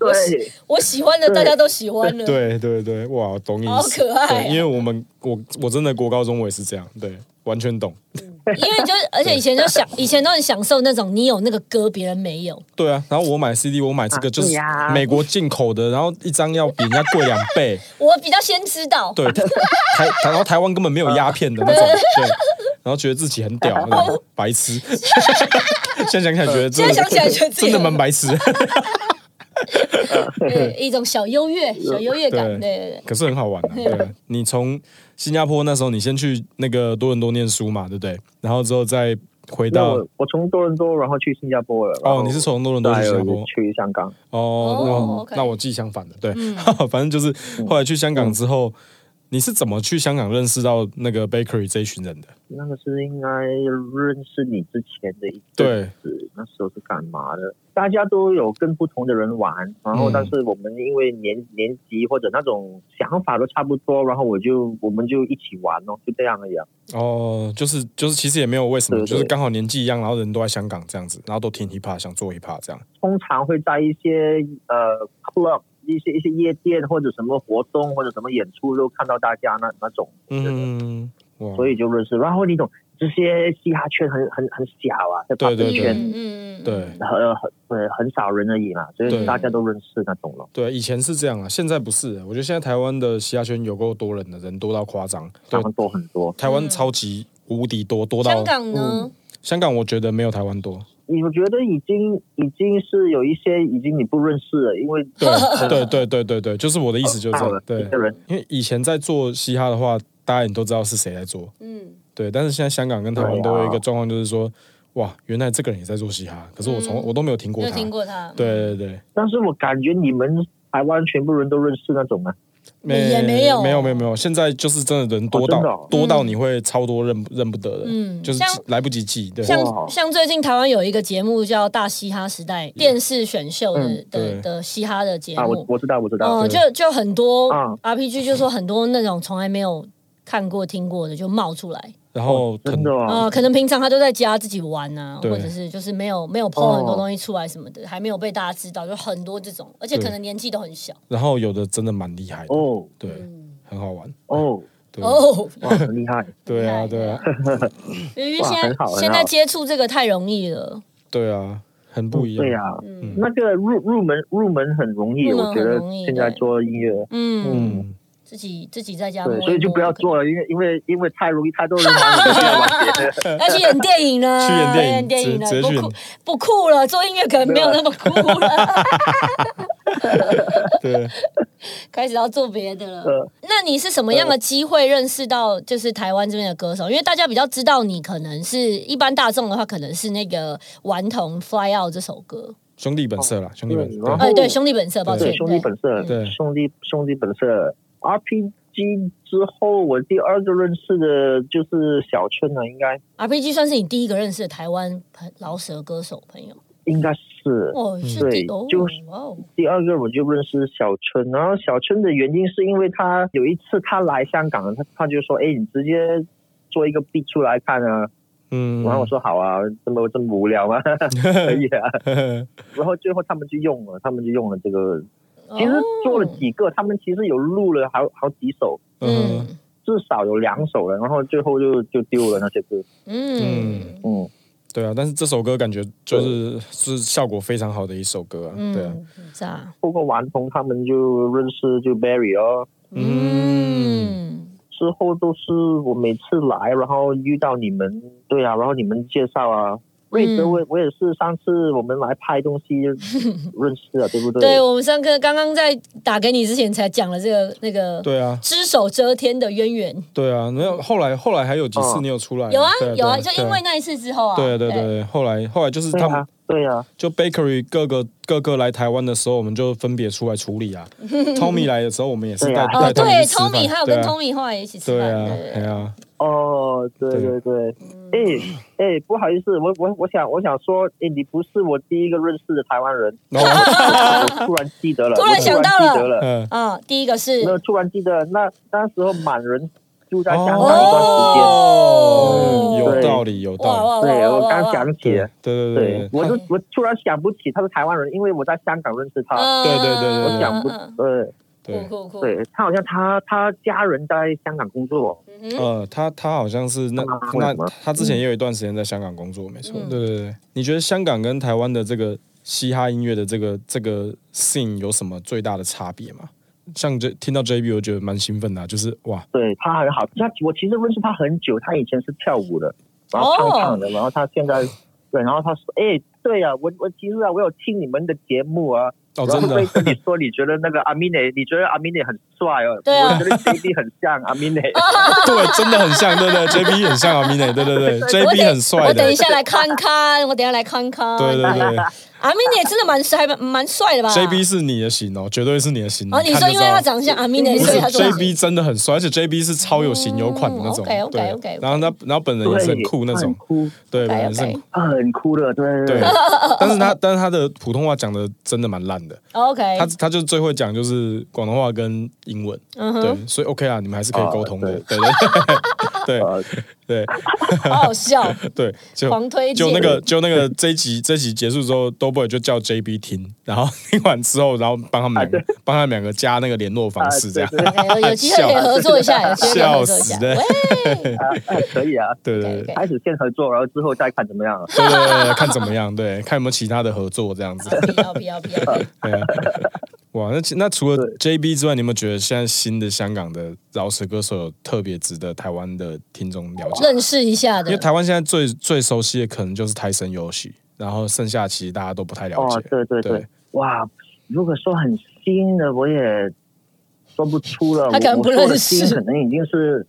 我喜对我喜欢的大家都喜欢了，对对对对，哇，我懂你意思。好可爱啊对因为我们我我真的国高中我也是这样，对，完全懂。因为就是而且以前就享以前都很享受那种你有那个歌别人没有，对啊，然后我买 CD，我买这个啊就是对呀美国进口的，然后一张要比人家贵两倍，我比较先知道，对，台台然后台湾根本没有鸦片的那种，对，然后觉得自己很 屌，那种白痴。 现在想起来觉得真的，现在想起来觉得自己真的蛮白痴，对一种小优越小优越感，对对对对。可是很好玩啊。对啊，你从新加坡那时候，你先去那个多伦多念书嘛，对不对？然后之后再回那到我我从多伦多然后去新加坡了，然哦后，你是从多伦多去新加再坡去香港，哦，那哦我，OK 那我记相反的，对， 反正就是嗯后来去香港之后，你是怎么去香港认识到那个 Bakery 这一群人的？那个是应该认识你之前的一阵子，那时候是干嘛的？大家都有跟不同的人玩，然嗯后但是我们因为年年级或者那种想法都差不多，然后我就我们就一起玩咯，就这样而已啊。哦，就是就是，其实也没有为什么，对对就是刚好年纪一样，然后人都在香港这样子，然后都听 hiphop，想做 hiphop 这样。通常会在一些呃 club。一些一些夜店或者什么活动或者什么演出都看到大家那那种，嗯，哇，所以就认识。然后你懂这些嘻哈圈很很很小啊，在对对巴西圈嗯嗯嗯，对很很呃很少人而已嘛，所对以大家都认识那种咯。对，以前是这样啊，现在不是。我觉得现在台湾的嘻哈圈有够多人的，人多到夸张。对他，们多很多。台湾超级无敌多，多到嗯嗯香港呢？香港我觉得没有台湾 多。你觉得已经已经是有一些已经你不认识了，因为对对对对对对，就是我的意思就是这哦到样了。对一，个人，因为以前在做嘻哈的话，大家也都知道是谁在做。嗯，对，但是现在香港跟台湾对啊都有一个状况，就是说，哇，原来这个人也在做嘻哈，可是我从、嗯我都没有听没过有他。听过他，对对对，但是我感觉你们台湾全部人都认识那种啊，也没有没有没有没有，现在就是真的人多到、真的哦多到你会超多认认不得的，嗯就是像来不及记，对，像哇像最近台湾有一个节目叫《大嘻哈时代》，电视选秀的嗯对的的嘻哈的节啊，我目，我知道我知道，嗯，对就就很多嗯 RPG，就说很多那种从来没有看过、听过的就冒出来，然后很真的哦呃，可能平常他都在家自己玩啊，对或者是就是没有没有哦 PO 很多东西出来什么的，还没有被大家知道，就很多这种，而且对可能年纪都很小。然后有的真的蛮厉害的，哦对，很好玩，哦，对、嗯哦， 哇，很厉害，对厉害啊对啊因为哇现在很好很好现在接触这个太容易了， 对啊，很不一样，哦对呀，嗯那个入入门入门很容易，入门我觉很得容易现在对啊做音乐，嗯，嗯，自己自己在家摸对一，摸，所以就不要做了，因为因为因为太容易，太 多人玩了，你就不要玩别的。要去演电影了， 去演啊电影影直直了，接去不酷不酷了，做音乐可能没有那么酷了，对， 开始要做别的了。呃那你是什么样的机会认识到就是台湾这边的歌手？因为大家比较知道你，可能是一般大众的话，可能是那个《顽童 Fly Out》这首歌，兄弟本色哦啦，兄弟本然色，后哎，对，兄弟本色，抱歉，对，兄弟本色，对兄弟兄弟本色。RPG 之后，我第二个认识的就是小春了，应该 RPG 算是你第一个认识的台湾朋老舌歌手朋友。应该是。哦，是对第哦，就是哇哦，第二个我就认识小春，然后小春的原因是因为他有一次他来香港，他他就说：“哎，你直接做一个 B 出来看啊。”嗯，然后 我说：“好啊，这么这么无聊吗？可以啊。呵呵”然后最后他们就用了，他们就用了这个。其实哦做了几个，他们其实有录了好好几首，嗯，嗯至少有两首了，然后最后就就丢了那些歌。嗯嗯，对啊，但是这首歌感觉就是是效果非常好的一首歌啊，对啊，嗯，炸，透过顽童他们就认识就 Barry 哦，嗯。之嗯后都是我每次来，然后遇到你们，对啊，然后你们介绍啊，瑞德我我也是上次我们来拍东 西认识的，对不对？对我们上课刚刚在打给你之前才讲了这个那个对啊，只手遮天的渊源，对啊，没有后来后来还有几次哦你有出来，有啊对有啊，对就啊因为那一次之后啊，对啊对啊对啊对啊，后来后来就是对他们啊，对啊，就 Bakery 各个各个来台湾的时候，我们就分别出来处理 啊。Tommy 来的时候，我们也是对带啊带哦他们对去吃饭，Tommy 还有对跟啊 Tommy 后来一起吃对饭，啊对，哎对，呀，哦，对对对对，哎嗯哎，不好意思，我我我想我想说，哎，你不是我第一个认识的台 湾人，然后我突然记得了，突然我想到突然记得了了，嗯，嗯，第一个是没有突然记得，那那时候满人住在香港一哦，段哦嗯有道理有哇道哇哇时间，对哇我哇刚哇，想理起，，对对对对，我对，就我突然想不起他是台湾人，因为我在香港认识他，嗯对对对对我想不嗯对嗯对嗯酷酷酷，对，他好像他他家人在香港工作，嗯哼呃，他他好像是那干嘛为那什么他之前也有一段时间在香港工作，没错。嗯对对对，你觉得香港跟台湾的这个嘻哈音乐的这个这个 scene 有什么最大的差别吗？像这听到 JB，我觉得蛮兴奋的啊、就是哇，对他很好，他我其实认识他很久，他以前是跳舞的，然后胖胖的，然后他现在对，然后他说，哎，对呀、啊，我我其实啊，我有听你们的节目啊，哦，然真后的会，跟你说，你觉得那个阿米内，你觉得阿米内很帅哦？对啊我觉得 JD 很像阿米内。 对，真的很像，对对，JB 很像阿米内，对对对我，JB 等呃很帅我等的一，下来看看，我等一下来看看。对对对阿明也真的蛮帅，蛮蛮帅的吧，JB 是你的型哦，绝对是你的型。哦，你说看就因为他知道长得像阿明的，不所是以他说 JB 真的很帅，而且 JB 是超有型有款的那种，嗯，OK，OK，OK，对 OK，OK，OK 然后他然后本人也是很酷那很种，酷，对，本 OK，OK 人是很酷他很酷的，对 对，但是他但是他的普通话讲的真的蛮烂的， OK，他他就最会讲就是广东话跟英文，嗯哼，对，所以 OK 啊，你们还是可以沟通的，哦对对对呃，对好好笑，对， 就狂推荐就那个 就那个这一集这一集结束之后，Doughboy 就叫 JB 听，然后听完之后，然后帮他们两个、帮他们两个加那个联络方式，这样、啊对对哎有有 机会可以合作一下，有机会可以笑合作一下。死了喂，啊啊可以啊，对对 OK，OK 对。开始先合作，然后之后再看怎么样了。对对对，对看怎么样，对，看有没有其他的合作这样子。不要不要不要！对啊，哇，那其那除了对 JB 之外，你有没有觉得现在新的香港的饶舌歌手有特别值得台湾的听众了解？认识一下因为的，台湾现在最最熟悉的可能就是泰森游戏，然后剩下其实大家都不太了解。哦，对对对对，哇，如果说很新的，我也说不出了。他可能我不我说的认识新可能已经是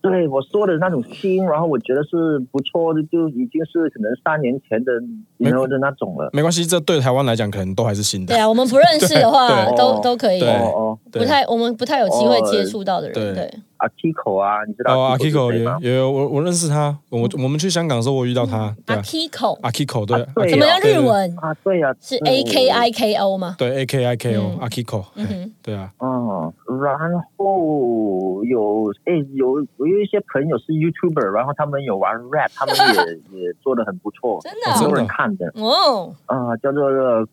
对我说的那种新，然后我觉得是不错的，就已经是可能三年前的没然后的那种了。没关系，这对台湾来讲可能都还是新的。对啊，我们不认识的话对，都都可以，对哦哦。对啊哦不太我们不太有机会接触到的对人，对，阿 Kiko 啊，你知道哦，阿 Kiko Kiko 是谁吗？也也有我我认识他，我我们去香港的时候我遇到他，对嗯阿啊 Kiko，阿 Kiko 对啊对阿怎么样？对日文啊，对呀、是对 A K I K O 吗？对 A K I K O 嗯阿 Kiko，嗯嘿哼，对啊，嗯，然后有哎有我有一些朋友是 YouTuber，然后他们有玩 rap，他们也 也做的很不错，真的啊哦很真多的人看的哦，啊、叫做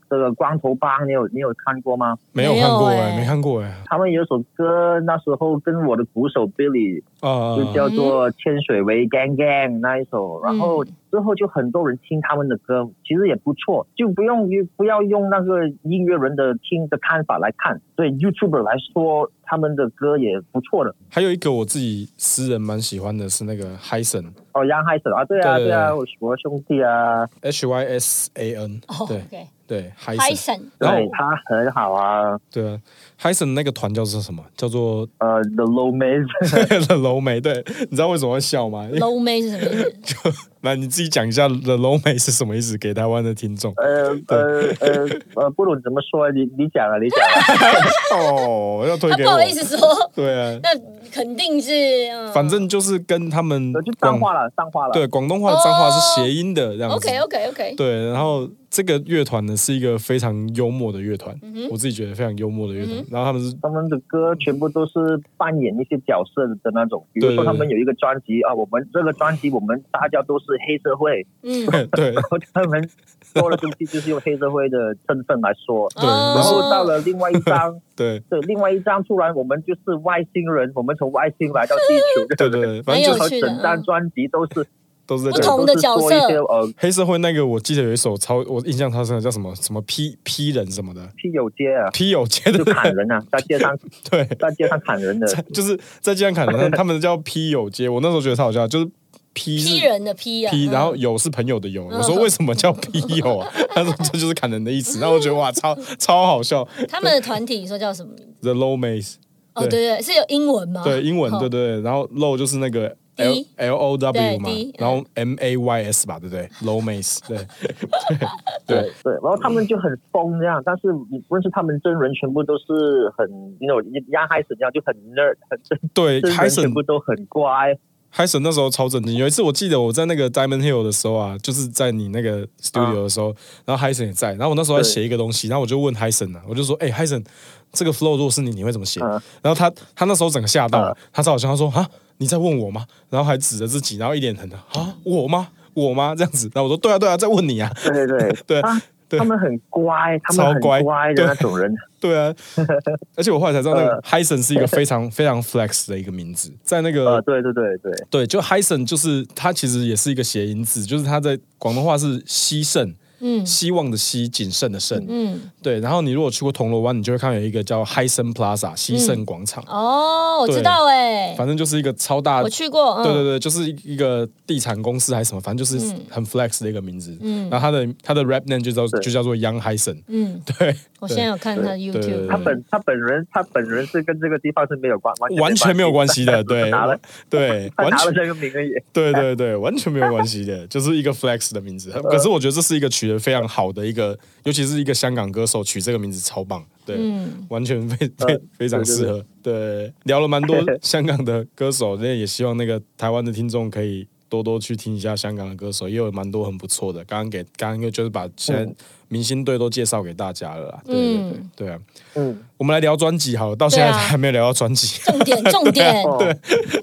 这个光头帮，你有你有看过吗？没有看过没有哎，欸没看过哎，他们有首歌，那时候跟我的鼓手 Billy 啊就叫做《千水为 Gang Gang》那一首，然后嗯之后就很多人听他们的歌，其实也不错，就不用不要用那个音乐人的听的看法来看，对 YouTuber 来说，他们的歌也不错的。还有一个我自己私人蛮喜欢的是那个 Hyson 哦，杨海子啊，对啊，对对啊，我我兄弟啊， H Y S A N，哦对，OK，对 h i Hyson， s o n 然对后他很好啊，对啊 Hyson 那个团叫做什么？叫做 呃，The Low Maze，。The 楼美，对，你知道为什么会笑吗？因为 low 妹是什么 意思？就那你自己讲一下 The 楼美是什么意思给台湾的听众呃呃呃呃，不懂怎么说，你你讲啊，你讲啊，哦，要推他给不我好，意思说，对啊，那肯定是，嗯反正就是跟他们我就广脏话了，脏话了，对广东话的脏话哦是谐音的这样子。 OK OK OK，对，然后这个乐团呢是一个非常幽默的乐团，嗯哼我自己觉得非常幽默的乐团。嗯然后他们是他们的歌全部都是扮演一些角色的那种，比如对对说对他们有一个专辑啊，我们这个专辑我们大家都是黑社会，嗯，对然后他们说的东西就是用黑社会的身份来说，对哦然后到了另外一张，对对，另外一张突然我们就是外星人，我们从外星来到地球，对对，对，反蛮正就有然是后趣的嗯整张专辑都是都是在不讲同的角色都是说一些呃黑社会那个，我记得有一首超我印象超深的，叫什么什么批批人什么的，批友街啊，批友街的就砍人啊，在街上对，在街上砍人的， 在就是在街上砍人，他们叫批友街。我那时候觉得超好笑，就是 P 批是人的批啊， P，嗯然后友是朋友的友。我说为什么叫 P 友 啊？他说这就是砍人的意思。然后我觉得哇，超超好笑。他们的团体你说叫什么名字？ The Low Maze，哦，对对，是有英文吗？对，英文哦对对对，然后 Low 就是那个 D L L O 对 W 嘛 D，嗯，然后 M A Y S 吧，对不对？Low Maze，对 对对，然后他们就很疯这样，但是你不认识他们真人，全部都是很那种压孩子这样，就很 nerd，很真对对，真海人全神部都很乖。海神那时候超震惊。有一次我记得我在那个 Diamond Hill 的时候啊，就是在你那个 studio 的时候，然后海神也在，然后我那时候在对写一个东西，然后我就问海神啊，我就说，哎、海神，这个 flow 如果是你，你会怎么写？嗯然后他他那时候整个吓到了，嗯他超好笑，他说啊，你在问我吗？然后还指着自己，然后一脸很啊我吗？我吗？这样子，然后我说对啊对啊，在问你啊， 对对对对他对他们很乖，他们很超乖乖对的那种 人。对啊，而且我后来才知道，那个呃 Hyson 是一个非常非常 flex 的一个名字，在那呃，个对对对对，对，就 Hyson 就是它其实也是一个谐音字，就是它在广东话是希慎，嗯希望的希，谨慎的慎。嗯，对，然后你如果去过铜锣湾，你就会看到有一个叫 Hyson Plaza 嗯希慎广场，哦，我对知道哎，反正就是一个超大我。去过，嗯对对对，就是一个地产公司还是什么，反正就是嗯很 flex 的一个名字。嗯然后它的它的 rap name 就叫对就叫做 Young Hyson。嗯，对，我现在有看他的对对 YouTube，对他本他本人他本人是跟这个地方是没有关完完全没有关系的，对拿了对， 他完拿全了这个名而已。对对对，完全没有关系的， 就是一个 flex 的名字。呃可是我觉得这是一个取得非常好的一个，尤其是一个香港歌手取这个名字超棒，对，嗯完全非非非常适合。对，聊了蛮 多香港的歌手，那也希望那个台湾的听众可以多多去听一下香港的歌手，也有蛮多很不错的。刚刚给刚刚就是把现在明星队都介绍给大家了啦。对对对嗯对啊，嗯，我们来聊专辑好了，到现在对啊还没有聊到专辑。 重点重点，哦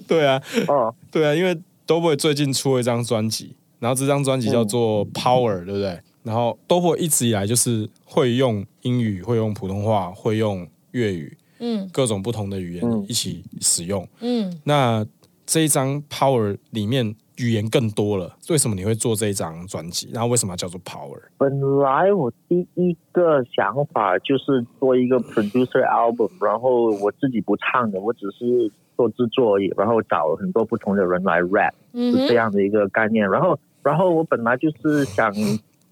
对啊，哦，对啊，因为 Doughboy 最近出了一张专辑，然后这张专辑嗯叫做 Power，、对不对？然后 Doughboy 一直以来就是会用英语、会用普通话、会用粤语，嗯各种不同的语言嗯一起使用。嗯，那这一张 Power 里面语言更多了，为什么你会做这一张专辑？然后为什么要叫做 Power？本来我第一个想法就是做一个 producer album，然后我自己不唱的，我只是做制作而已，然后找很多不同的人来 rap。嗯是这哼，样的一个概念。然后，然后我本来就是想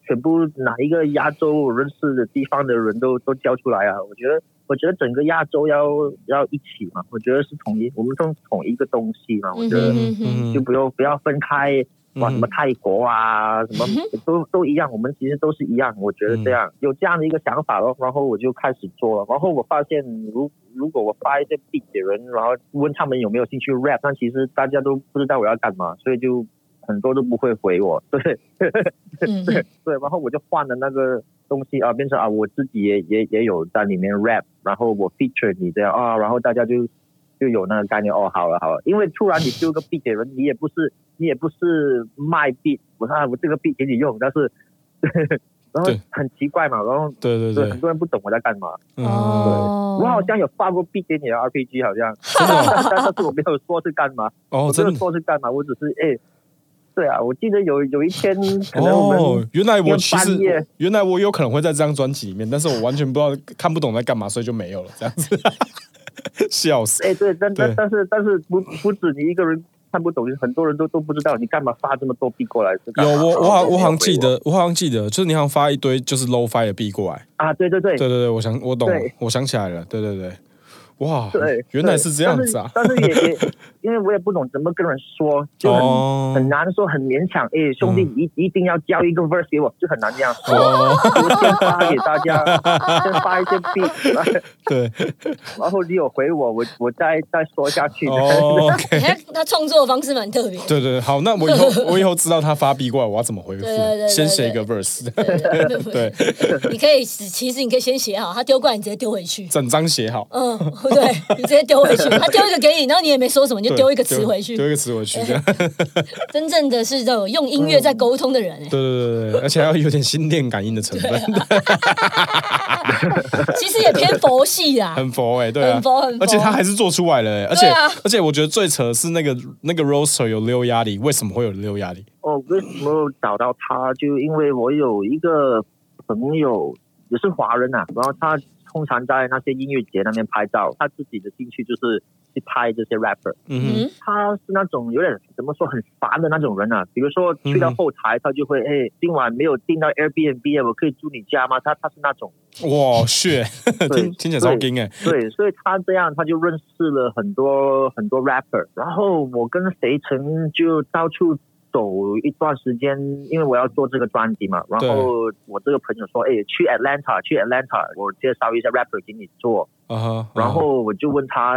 全部哪一个亚洲我认识的地方的人都都叫出来啊。我觉得，我觉得整个亚洲要要一起嘛，我觉得是统一，我们都统一个东西嘛。我觉得嗯哼呃就不用不要分开，哇，嗯什么泰国啊，什么都都一样，我们其实都是一样。我觉得这样有这样的一个想法咯，然后我就开始做了。然后我发现，如如果我发一些 beat 给人，然后问他们有没有兴趣 rap，但其实大家都不知道我要干嘛，所以就很多都不会回我。对嗯哼对，然后我就换了那个东西啊，变成啊我自己也也也有在里面 rap，然后我 feature 你这样啊，然后大家就就有那个概念哦，好了好了，因为突然你丢个 beat 给人，你也不是你也不是卖 beat，我说啊我这个 beat 给你用，但是 然后对很奇怪嘛，然后嗯对对对对很，多人不懂我在干嘛，嗯，哦，我好像有发过 beat 给你的 RPG 好像，真的哦但但但是我没有说是干嘛，哦，我没真有的说是干嘛，我只是哎。对啊，我记得有有一天，可能我们、哦，原来我其因为半实夜原来我有可能会在这张专辑里面，但是我完全不知道看不懂在干嘛，所以就没有了，这样 子，,笑死！哎、对，但对但但是但是不不止你一个人看不懂，很多人都都不知道你干嘛发这么多币过来。是有啊干嘛我我好我好像记没有回得，我好像记得，就是你好像发一堆就是 low fi 的币过来，啊，对对对对对对，我想我懂了对，我想起来了，对对对，哇对，，原来是这样子啊，但是但是也也因为我也不懂怎么跟人说，就很、哦很难说很勉强。哎、兄弟，嗯你一一定要交一个 verse 给我，就很难这样说。哦， 我先发给大家，先发一些币，对，然后你有回我，我我再再说下去。哦 哎，OK，他他创作的方式蛮特别的，对对对，好，那我以 后我以后知道他发币过来，我要怎么回复对对对？对先写一个 verse，对对对对对，你可以只其实你可以先写好，他丢过来你直接丢回去。整张写好，嗯，对，你直接丢回去，他丢一个给你，然后你也没说什么，你对就丢一个词回去丢。一个词回去， 这样。真正的是这种用音乐在沟通的人、哎、对对对对，而且还要有点心电感应的成分，啊其实也偏佛系啦。很佛哎、对啊，很佛很佛而且他还是做出来了、欸，而且、对啊而且我觉得最扯的是那个那个 roaster 有溜压力，为什么会有溜压力？哦，为什么找到他？就因为我有一个朋友也是华人啊，然后他通常在那些音乐节那边拍照，他自己的兴趣就是去拍这些 rapper，嗯嗯他是那种有点怎么说很烦的那种人啊。比如说去到后台，他就会哎，今晚没有订到 Airbnb，啊，我可以住你家吗？他他是那种，嗯哼，哇，血，对听听起来超惊哎，对，所以他这样他就认识了很多很多 rapper。然后我跟肥城就到处。走一段时间，因为我要做这个专辑嘛，然后我这个朋友说，哎，去 Atlanta，去 Atlanta，我介绍一下 rapper 给你做，啊哈，然后我就问他，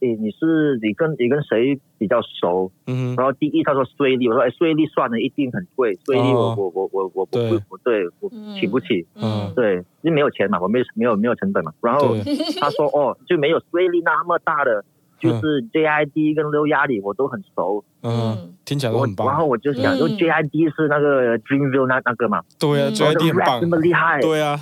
诶，你是你跟你跟谁比较熟？嗯哼，然后第一他说税利，我说哎，税利算了一定很贵，税利我、哦我我我我对我不不对，我嗯请不起，嗯对，因为没有钱嘛，我没有没有没有成本嘛。然后对，他说哦，就没有税利那么大的，就是 JID 跟 Low 压力我都很熟，嗯，听起来都我很然棒，后我就想，嗯就 JID 是那个 Dreamville 那那个嘛，对啊嗯然后就，JID 很 rap 这么棒，厉害，对啊，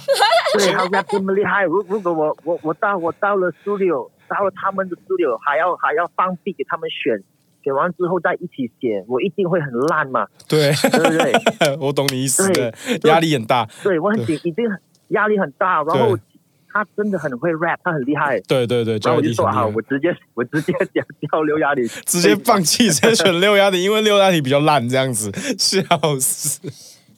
对他 rap 这么厉害。如如果我我我到我到了 studio，到了他们的 studio，还要还要放 B 给他们选，选完之后再一起写，我一定会很烂 嘛，对， 对不对？我懂你意思，对对，压力很大，对我很紧，已经很压力很大。然后对他真的很会 rap，他很厉害。对对对然后我就，JID 说很厉啊，害我。直接我直接讲叫刘亚里，直接放弃，直接选六压的，因为六压题比较烂，这样子笑死。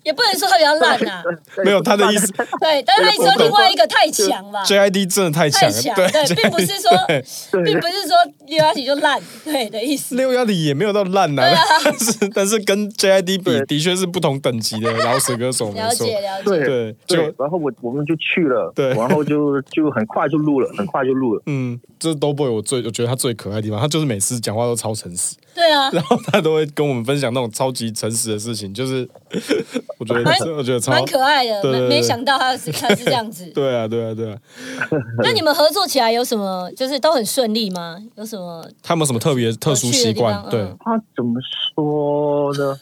也不能说他比较烂呐，对没有他的意思，对，但是他说另外一个太强了。 ，JID 真的太强太了，强，对对，并不是说，对对并不是说刘阿喜就烂，对的意思。六压里也没有到烂呐、啊但是但是跟 JID 比 对，的确是不同等级的老死歌嗯手，没了错，解了解，对对，对就，然后我我们就去了，对然后就就很快就录了，很快就录了。嗯，这是 d o b o y 我最我觉得他最可爱的地方，他就是每次讲话都超诚实， 对啊，然后他都会跟我们分享那种超级诚实的事情，就是我觉得蛮这我觉得超蛮可爱的，对对对没没想到他是他是这样子。 对啊对啊对啊，那你们合作起来有什么，就是都很顺利吗？有什么？他们有什么特别特殊习惯有？趣的地对方，他怎么说呢？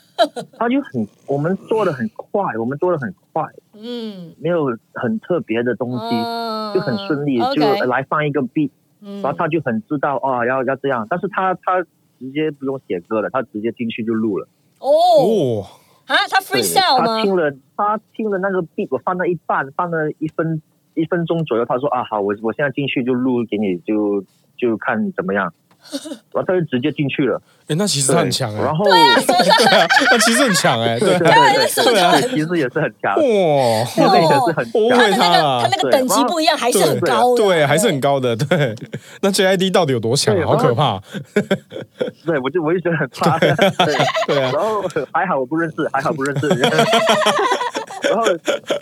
他就很，我们做的很快，我们做的很快，嗯，没有很特别的东西，哦就很顺利， OK，就来放一个 beat，嗯然后他就很知道啊、要要这样，但是他他直接不用写歌了，他直接进去就录了。哦哦，啊，他对， freestyle 他听吗？了他听了那个 beat，我放到一半，放了一分一分钟左右，他说啊好，我我现在进去就录给你，就就看怎么样， 然后他就直接进去了。哎，那其实对，他很强哎、然后。 对啊， 那其实很强哎、对哦对啊，对对对啊对，对，其实也是很强，其哇，实也是很我强会。他那他个他那个对等级不一样，还是很对高的，啊对，还是很高的，对。那 JID 到底有多强啊？对好可怕，对，我就我就觉得很怕。 对，对啊然，后还好我不认识，还好不认识。 然后，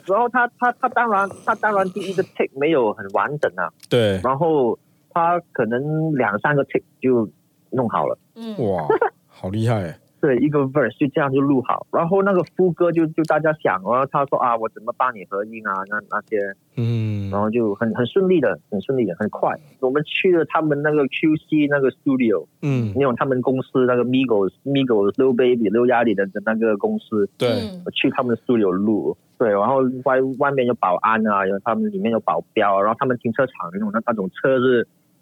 然后他他他当然他当然第一个 take 没有很完整啊，对，然后他可能两三个 take 就弄好了，嗯，哇，好厉害欸，对，一个 verse 就这样就录好，然后那个副歌就就大家想哦，然后他说啊，我怎么帮你合音啊，那那些，嗯然，后就很很顺利的，很顺利的，很快。我们去了他们那个 QC 那个 studio，嗯，那种他们公司那个 Migos Migos 六 baby 六压力的的那个公司，对，嗯，我去他们 studio 录，对，然后外外面有保安啊，有他们里面有保镖，啊然后他们停车场那种那那种车是，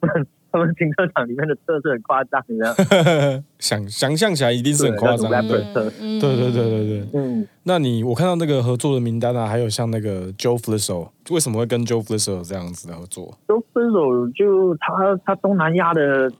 他们停车场里面的车是很夸张的，嗯 想想象起来一定是很夸张对那的，种对， rapper 嗯对对对对对。嗯，那你我看到那个合作的名单啊，还有像那个 Joe Flisso，为什么会跟 Joe Flisso 有这样子的合作？都分手就他他东南亚的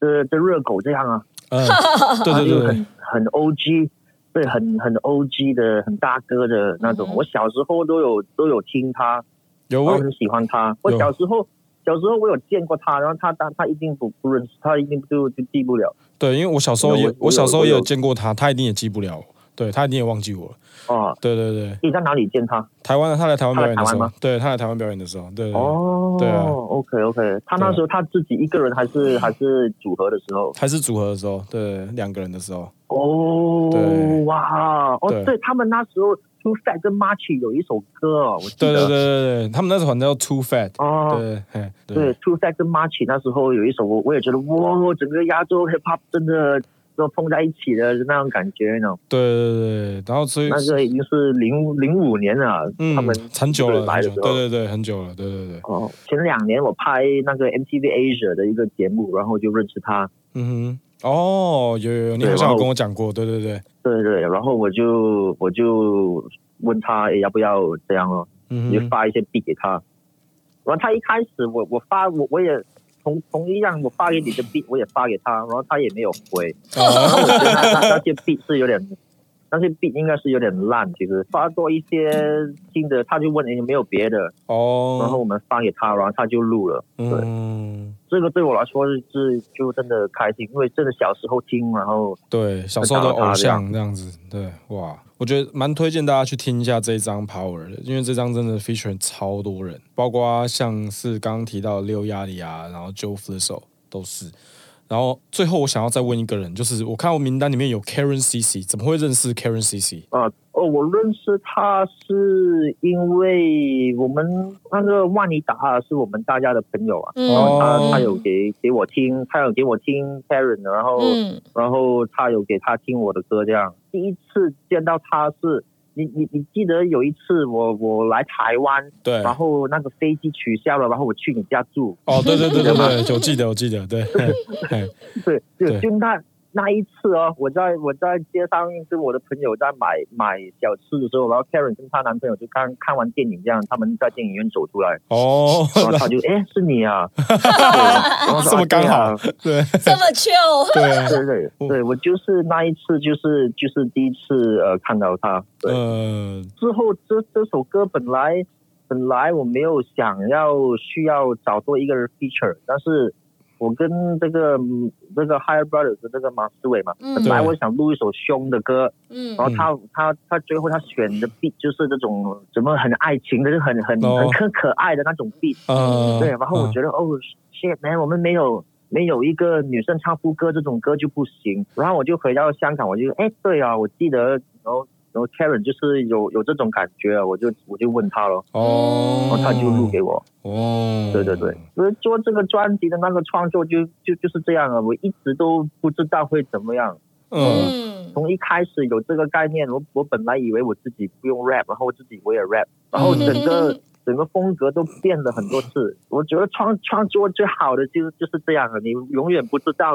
的的热狗这样啊，嗯， 对对就对 对很，很 O G，对，很很 O G 的，很大哥的那种。嗯哼我小时候都有都有听他，有我位很喜欢他。我有小时候小时候我有见过他，然后他他他一定不不认识，他一定就就记不了对，因为我小时候也有我我小时候也有有我有见过他，他一定也记不了我，对他一定也忘记我了，哦。对对对。你在哪里见他？台湾，他来台湾表演的时他来候台湾吗，对，他来台湾表演的时候，对，对对哦，对啊嗯 o k OK，他那时候他自己一个人还是还是组合的时候？还是组合的时候，对，两个人的时候，哦对，哇，哦，对对他们那时候 Two Fat 跟 Marchi 有一首歌哦，我记对对对得。对对，他们那时候好像叫 Too Fat，哦，对，嘿对对， ，Two Fact 跟 Marchi 那时候有一首，我我也觉得哇，整个亚洲 hip hop 真的都碰在一起的那种感觉呢。对对对，然后所以那个已经是零零五年了，他嗯们，很久了，来很的久时，对候。对对，很久了，对对对，哦，前两年我拍那个 MTV Asia 的一个节目，然后就认识他，嗯哼，哦，有有有，你对好像然有后跟我讲过，对对对，对对，然后我就我就问他、哎诶要不要这样哦，嗯就哼，发一些币给他。然后他一开始我我发我我也同同一样，我发给你的币，我也发给他，然后他也没有回。啊我觉得那那那些币是有点，那些币应该是有点烂。其实发多一些新的，他就问你有没有别的，然后哦，我们发给他，然后他就录了。对，嗯，这个对我来说是是就真的开心，因为真的小时候听，然后对，小时候的偶像这样子，对，哇，我觉得蛮推荐大家去听一下这一张 Power 的，因为这张真的 feature 超多人，包括像是刚刚提到的六亚里啊，然后 Joe f l i s s o 都是。然后最后我想要再问一个人，就是我看我名单里面有 Karen CC，怎么会认识 Karen CC？啊、哦，我认识他是因为我们那个万妮达是我们大家的朋友啊，嗯然后他哦他有给给我听，他有给我听 Karen，的然后、嗯然后他有给他听我的歌，这样第一次见到他是。你你你记得有一次我我来台湾，对，然后那个飞机取消了，然后我去你家住，哦，对对对对对，我记得我记得，对，嘿嘿对，就对就那那一次哦，我在我在街上跟我的朋友在买买小吃的时候，然后 Karen 跟她男朋友就刚看完电影，这样他们在电影院走 出来，哦，然后他 就哎是你啊，对然后说这么刚，好啊，对这么 chill，对啊，对啊对对对，我就是那一次就是就是第一次呃看到他， 对，呃，之后这这首歌本来本来我没有想要需要找多一个人 feature，但是我跟这个嗯这个 Higher Brothers 的这个马思伟嘛，嗯本来我想录一首凶的歌，嗯然后他他他最后他选的 beat 就是这种怎么很爱情的，就是很很哦很可可爱的那种 beat，呃，对，然后我觉得哦，shit man，我们没有。没有一个女生唱副歌这种歌就不行。然后我就回到香港，我就哎，对啊，我记得，然后然后 Karen 就是有有这种感觉，啊我就我就问他了，哦，然后他就录给我。哦，对对对，所以做这个专辑的那个创作就就就是这样啊，我一直都不知道会怎么样。嗯，从一开始有这个概念，我我本来以为我自己不用 rap，然后我自己我也 rap，然后整个整个风格都变了很多次。我觉得创创作最好的就是就是这样的，你永远不知道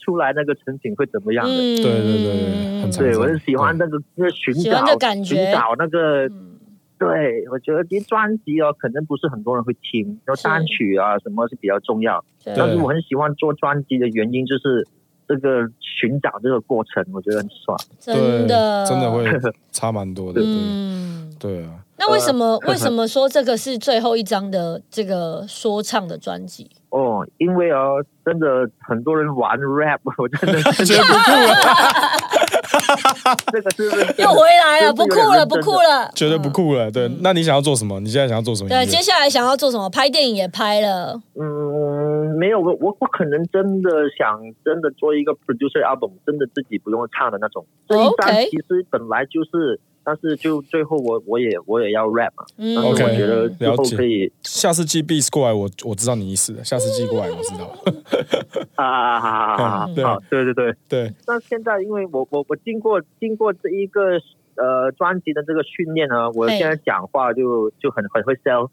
出来那个成品会怎么样的。嗯对对对对很常对，我是喜欢那个那寻喜找欢这感觉寻找那个，嗯对我觉得其实专辑哦，可能不是很多人会听，然后是单曲啊什么是比较重要。对但是我很喜欢做专辑的原因就是这个寻找这个过程，我觉得很爽。对真的真的会差蛮多的，对嗯。对啊，那为什么、为什么说这个是最后一张的这个说唱的专辑？哦，因为哦，真的很多人玩 rap，我 真的 觉得不酷，这个是不是又回来了，真的不酷了，有点认真的不酷了，觉得不酷了，对，那你想要做什么？你现在想要做什么？嗯对，接下来想要做什么？拍电影也拍了，嗯，没有我我我可能真的想真的做一个 producer album，真的自己不用唱的那种。这一哦 OK 张其实本来就是，但是就最后我我也我也要 rap 嘛，嗯但是我 OK 觉得之后了解可以下次寄 beats 过来，我我知道你意思了，下次寄过来我知道， 啊啊啊啊啊嗯对啊！好，对对对。对，那现在因为我我我经过经过这一个呃专辑的这个训练呢，我嘿现在讲话就就很很会 sell，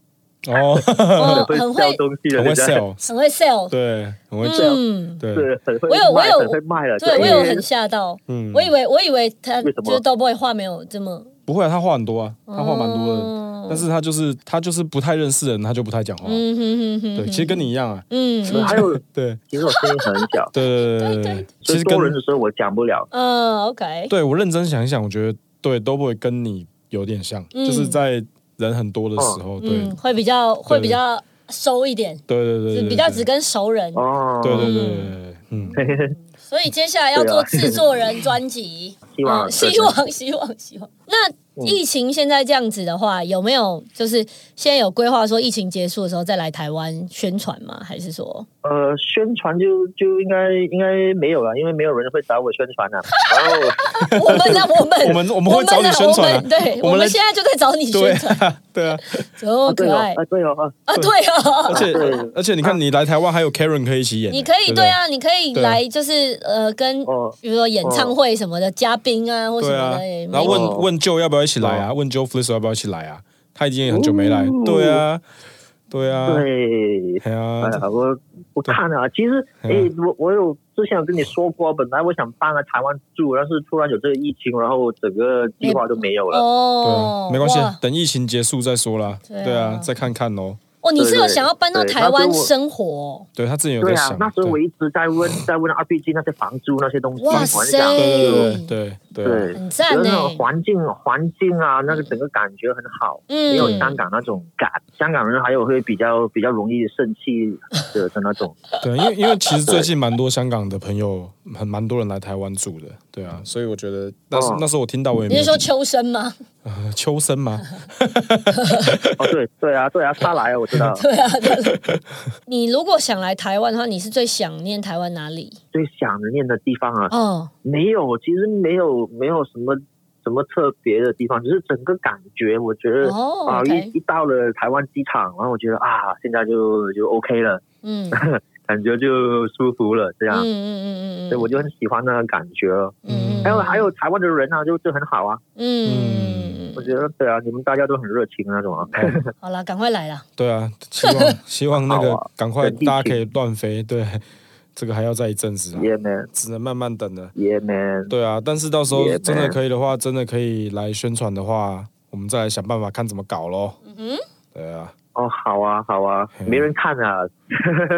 哦，哦很会很会 sell 东西的很会人家。 sell，很会 sell，对，很会 sell，嗯，对，对，很会我有卖我有很会卖了。对就我哎有很吓到，嗯我以为我以为他为什么就是 d o Boy 话没有这么，不会啊，他话很多啊，他话蛮多的，哦但是他就是他就是不太认识人，他就不太讲话，嗯哼哼哼，对，其实跟你一样啊，嗯嗯还有，对。，其实我声音很小对对对对， 其所以实跟多人的时候我讲不了。嗯，OK，对我认真想一想，我觉得对都不会跟你有点像，嗯就是在人很多的时候，对、嗯，会比较会对比较收一点，对对对是对，比较对只跟熟人，哦，对对对对对对，嗯，对对，所以接下来要做啊制作人专辑，希望嗯 希望希望希望。那嗯疫情现在这样子的话，有没有就是现在有规划说疫情结束的时候再来台湾宣传吗？还是 说呃，宣传就就应该应该没有了，因为没有人会找我宣传啊 哦的。然后我们 呢？我 们我们我们会找你宣传啊我们对，我我们来们现在就在找你对宣传， 啊，对啊，怎么那么啊对可哦，爱啊对哦，啊啊？对啊 而。且对而且你看，你来台湾还有 Karen 可以一起演，你可以不对，啊，你可以对啊来就是呃跟哦比如说演唱会什么的嘉宾啊或什对么啊的，也，没然后有问问 Joe 要不要一起来啊，问 Joe Fliss 要不要一起来啊，他已经很久没来，哦对啊，对啊，对，哎呀哎，呀，我我看了啊，其实哎嗯，我我有之前有跟你说过，本来我想搬来台湾住，但是突然有这个疫情，然后整个计划都没有了。对哦啊，没关系哇，等疫情结束再说啦，对啊对啊，再看看喽，哦，你是有想要搬到对台湾那时候我生活哦、对他之前有对在啊想，，那时候对我一直在问，在问 RPG 那些房租那些东西，哇我在想塞对对对对啊对，对，很嗯赞欸觉得那呢种环境环境啊，那个整个感觉很好，没有香嗯，港那种感。香港人还有会比较比较容易生气的的 那种， 对，因为因为其实最近蛮多香港的朋 友，很蛮多人来台湾住的，对啊，所以我觉得那时、嗯哦那时候我听到我也你没有是说秋生吗？呃 秋生吗？哦，对对啊，对啊，他来啊，我知道。你如果想来台湾的话，你是最想念台湾哪里？最想念的地方啊，哦，没有，其实没有没有什么什么特别的地方，只是整个感觉，我觉得、哦啊， ，OK 一一到了台湾机场，然后我觉得啊，现在就就 OK 了， 嗯感觉就舒服了，嗯这样，嗯嗯嗯，啊所以我就很喜欢那个感觉哦。嗯，还有还有台湾的人啊，就就很好啊，嗯，我觉得对啊，你们大家都很热情那 种啊。哎 好了，赶快来啦！对啊，希 望希望那个好啊赶快等疫情大家可以乱飞，对， 这个还要再一阵子啊， yeah man 只能慢慢等了。 yeah man，对啊，但是到时候 Yeah, 真的 man 可以的话，真的可以来宣传的话，我们再来想办法看怎么搞咯。嗯，对啊，哦好啊好啊，哎嗯没人看啊，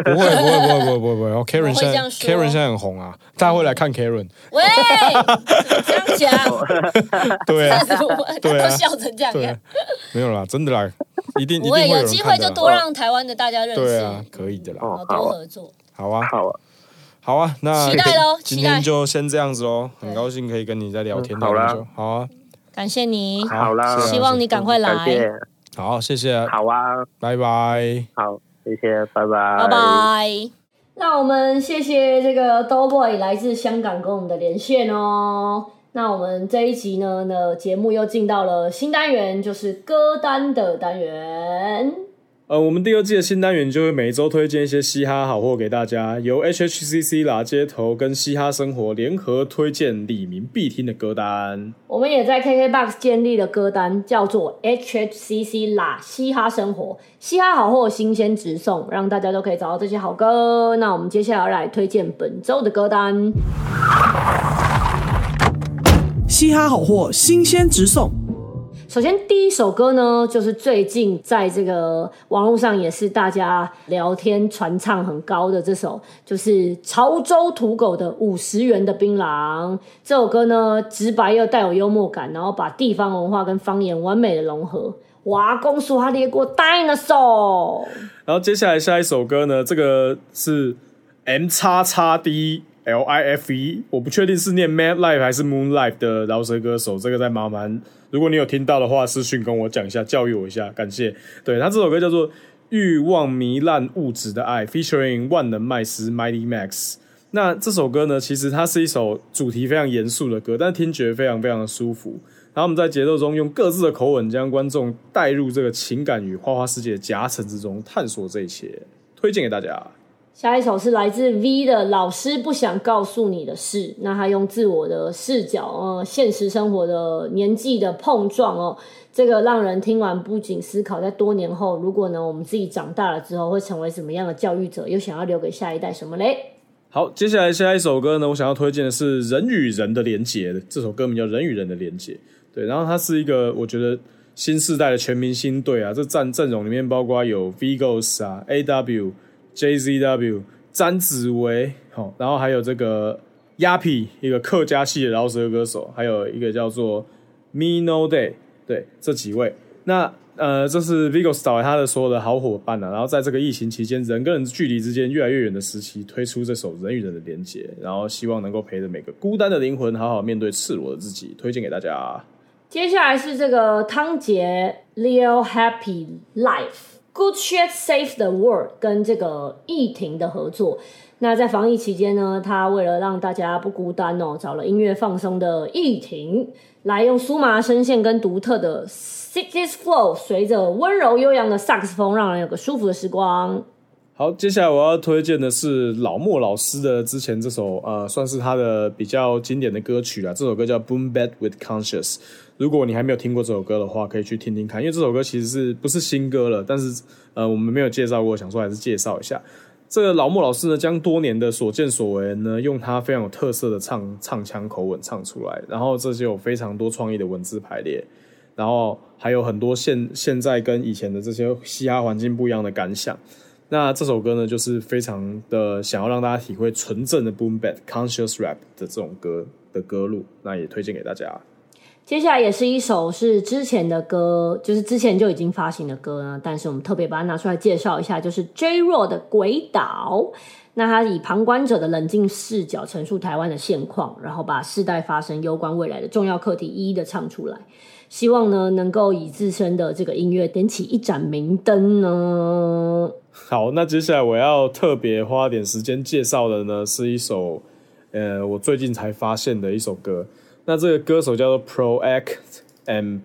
不会不会不会不会不会不会哦我，Karen 会现这在样说 Karen 现在很红啊，大家会来看 Karen，喂， 这样 讲，对啊三，十五万，对啊都笑成这样，对看啊，没有啦，真的 啦，一定一定我也有有人机会看的就啦多让台湾的大家认识，对啊，可以的啦，哦好多合作。好啊，好啊，好啊，那期待咯今期待天就先这样子喽，很对高兴可以跟你再聊天，嗯好啦聊很久，好啊，感谢你，好啦，嗯希希望你赶快来，感谢，好，谢谢，好啊，拜拜。好，谢谢，拜拜，拜。拜。那我们谢谢这个 Doughboy 来自香港跟我们的连线哦。那我们这一集呢呢节目又进到了新单元，就是歌单的单元。呃，我们第二季的新单元就会每周推荐一些嘻哈好货给大家，由 HHCC 啦街头跟嘻哈生活联合推荐李明必听的歌单。我们也在 KKBOX 建立了歌单，叫做 HHCC 啦嘻哈生活，嘻哈好货新鲜直送，让大家都可以找到这些好歌。那我们接下来来推荐本周的歌单。嘻哈好货新鲜直送，首先，第一首歌呢，就是最近在这个网络上也是大家聊天传唱很高的这首，就是潮州土狗的《五十元的槟榔》。这首歌呢，直白又带有幽默感，然后把地方文化跟方言完美的融合。哇，公叔他列过 dinosaur，然后接下来下一首歌呢，这个是 M 叉叉 D L I F E，我不确定是念 Mad Life 还是 Moon Life 的饶舌歌手，这个在麻烦，如果你有听到的话，私讯跟我讲一下，教育我一下，感谢。对他这首歌叫做《欲望糜烂物质的爱》，featuring 万能麦斯 Mighty Max。那这首歌呢，其实它是一首主题非常严肃的歌，但听觉非常非常的舒服。然后我们在节奏中用各自的口吻将观众带入这个情感与花花世界的夹层之中，探索这一切，推荐给大家。下一首是来自 V 的《老师不想告诉你的事》，那他用自我的视角，呃，现实生活的年纪的碰撞哦，这个让人听完不仅思考，在多年后，如果呢我们自己长大了之后会成为什么样的教育者，又想要留给下一代什么嘞？好，接下来下一首歌呢，我想要推荐的是《人与人的连结》，这首歌名叫《人与人的连结》。对，然后它是一个我觉得新世代的全明星队啊，这阵阵容里面包括有 Vigos 啊、AW、JZW、詹子维，好、然后还有这个 Yappy，一个客家系的饶舌歌手，还有一个叫做 Mino Day，对，这几位。那呃，这是 Vigos 导演他的所有的好伙伴啊，然后在这个疫情期间，人跟人距离之间越来越远的时期，推出这首《人与人的连结》，然后希望能够陪着每个孤单的灵魂，好好面对赤裸的自己，推荐给大家。接下来是这个汤杰 Leo Happy Life Good Shit Save the World 跟这个易婷的合作。那在防疫期间呢，他为了让大家不孤单哦，找了音乐放松的易婷，来用苏麻声线跟独特的 Cities Flow，随着温柔悠扬的萨克斯风，让人有个舒服的时光。好，接下来我要推荐的是老莫老师的之前这首呃，算是他的比较经典的歌曲啦。这首歌叫《Boom Bad with Conscious》。如果你还没有听过这首歌的话，可以去听听看，因为这首歌其实是不是新歌了，但是呃，我们没有介绍过，想说还是介绍一下。这个老莫老师呢，将多年的所见所闻呢，用他非常有特色的唱唱腔口吻唱出来，然后这就有非常多创意的文字排列。然后还有很多现现在跟以前的这些嘻哈环境不一样的感想。那这首歌呢，就是非常的想要让大家体会纯正的 boom bap conscious rap 的这种歌的歌路，那也推荐给大家。接下来也是一首是之前的歌，就是之前就已经发行的歌呢，但是我们特别把它拿出来介绍一下，就是 J Ro 的《鬼岛》。那他以旁观者的冷静视角陈述台湾的现况，然后把世代发生攸关未来的重要课题一一的唱出来，希望呢能够以自身的这个音乐点起一盏明灯呢。好，那接下来我要特别花点时间介绍的呢，是一首呃我最近才发现的一首歌。那这个歌手叫做 Proact and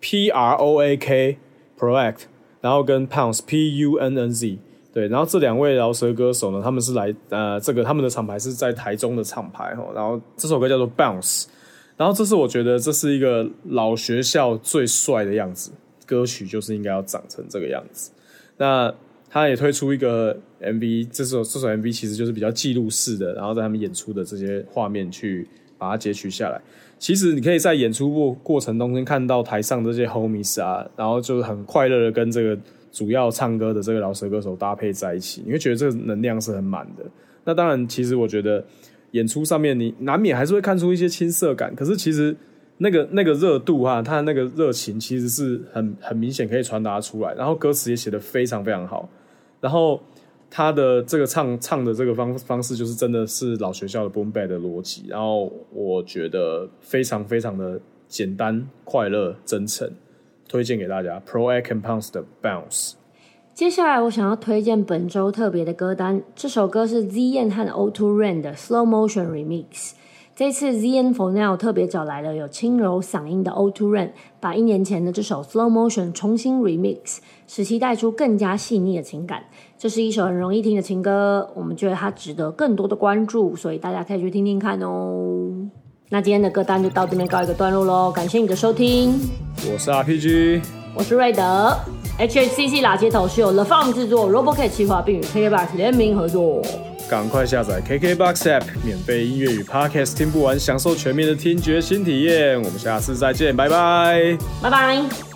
Pounce，P R O A K Proact，然后跟 Pounce P U N N Z。对，然后这两位饶舌歌手呢，他们是来呃，这个他们的厂牌是在台中的厂牌哦。然后这首歌叫做 Bounce，然后这是我觉得这是一个老学校最帅的样子，歌曲就是应该要长成这个样子。那他也推出一个 MV，这首这首 MV 其实就是比较记录式的，然后在他们演出的这些画面去把它截取下来。其实你可以在演出过过程中间看到台上这些 homies 啊，然后就是很快乐的跟这个主要唱歌的这个饶舌歌手搭配在一起，你会觉得这个能量是很满的。那当然，其实我觉得演出上面你难免还是会看出一些青涩感，可是其实那个那个热度哈、他那个热情其实是很很明显可以传达出来，然后歌词也写得非常非常好，然后他的这个唱唱的这个方方式就是真的是老学校的 boom bap 的逻辑，然后我觉得非常非常的简单、快乐、真诚，推荐给大家 Pro A Compounds 的 Bounce。接下来我想要推荐本周特别的歌单，这首歌是 ZN 和 O2 Rain 的 Slow Motion Remix。这次 ZN for Now 特别找来了有轻柔嗓音的 O2 Rain，把一年前的这首 Slow Motion 重新 remix，使其带出更加细腻的情感。这是一首很容易听的情歌，我们觉得它值得更多的关注，所以大家可以去听听看哦。那今天的歌单就到这边告一个段落喽，感谢你的收听。我是 RPG，我是瑞德。HHCC 拉街头是由 The Farm 制作，RoboCat 企划，并与 KKBox 联名合作。赶快下载 KKBox App，免费音乐与 Podcast 听不完，享受全面的听觉新体验。我们下次再见，拜拜。拜拜。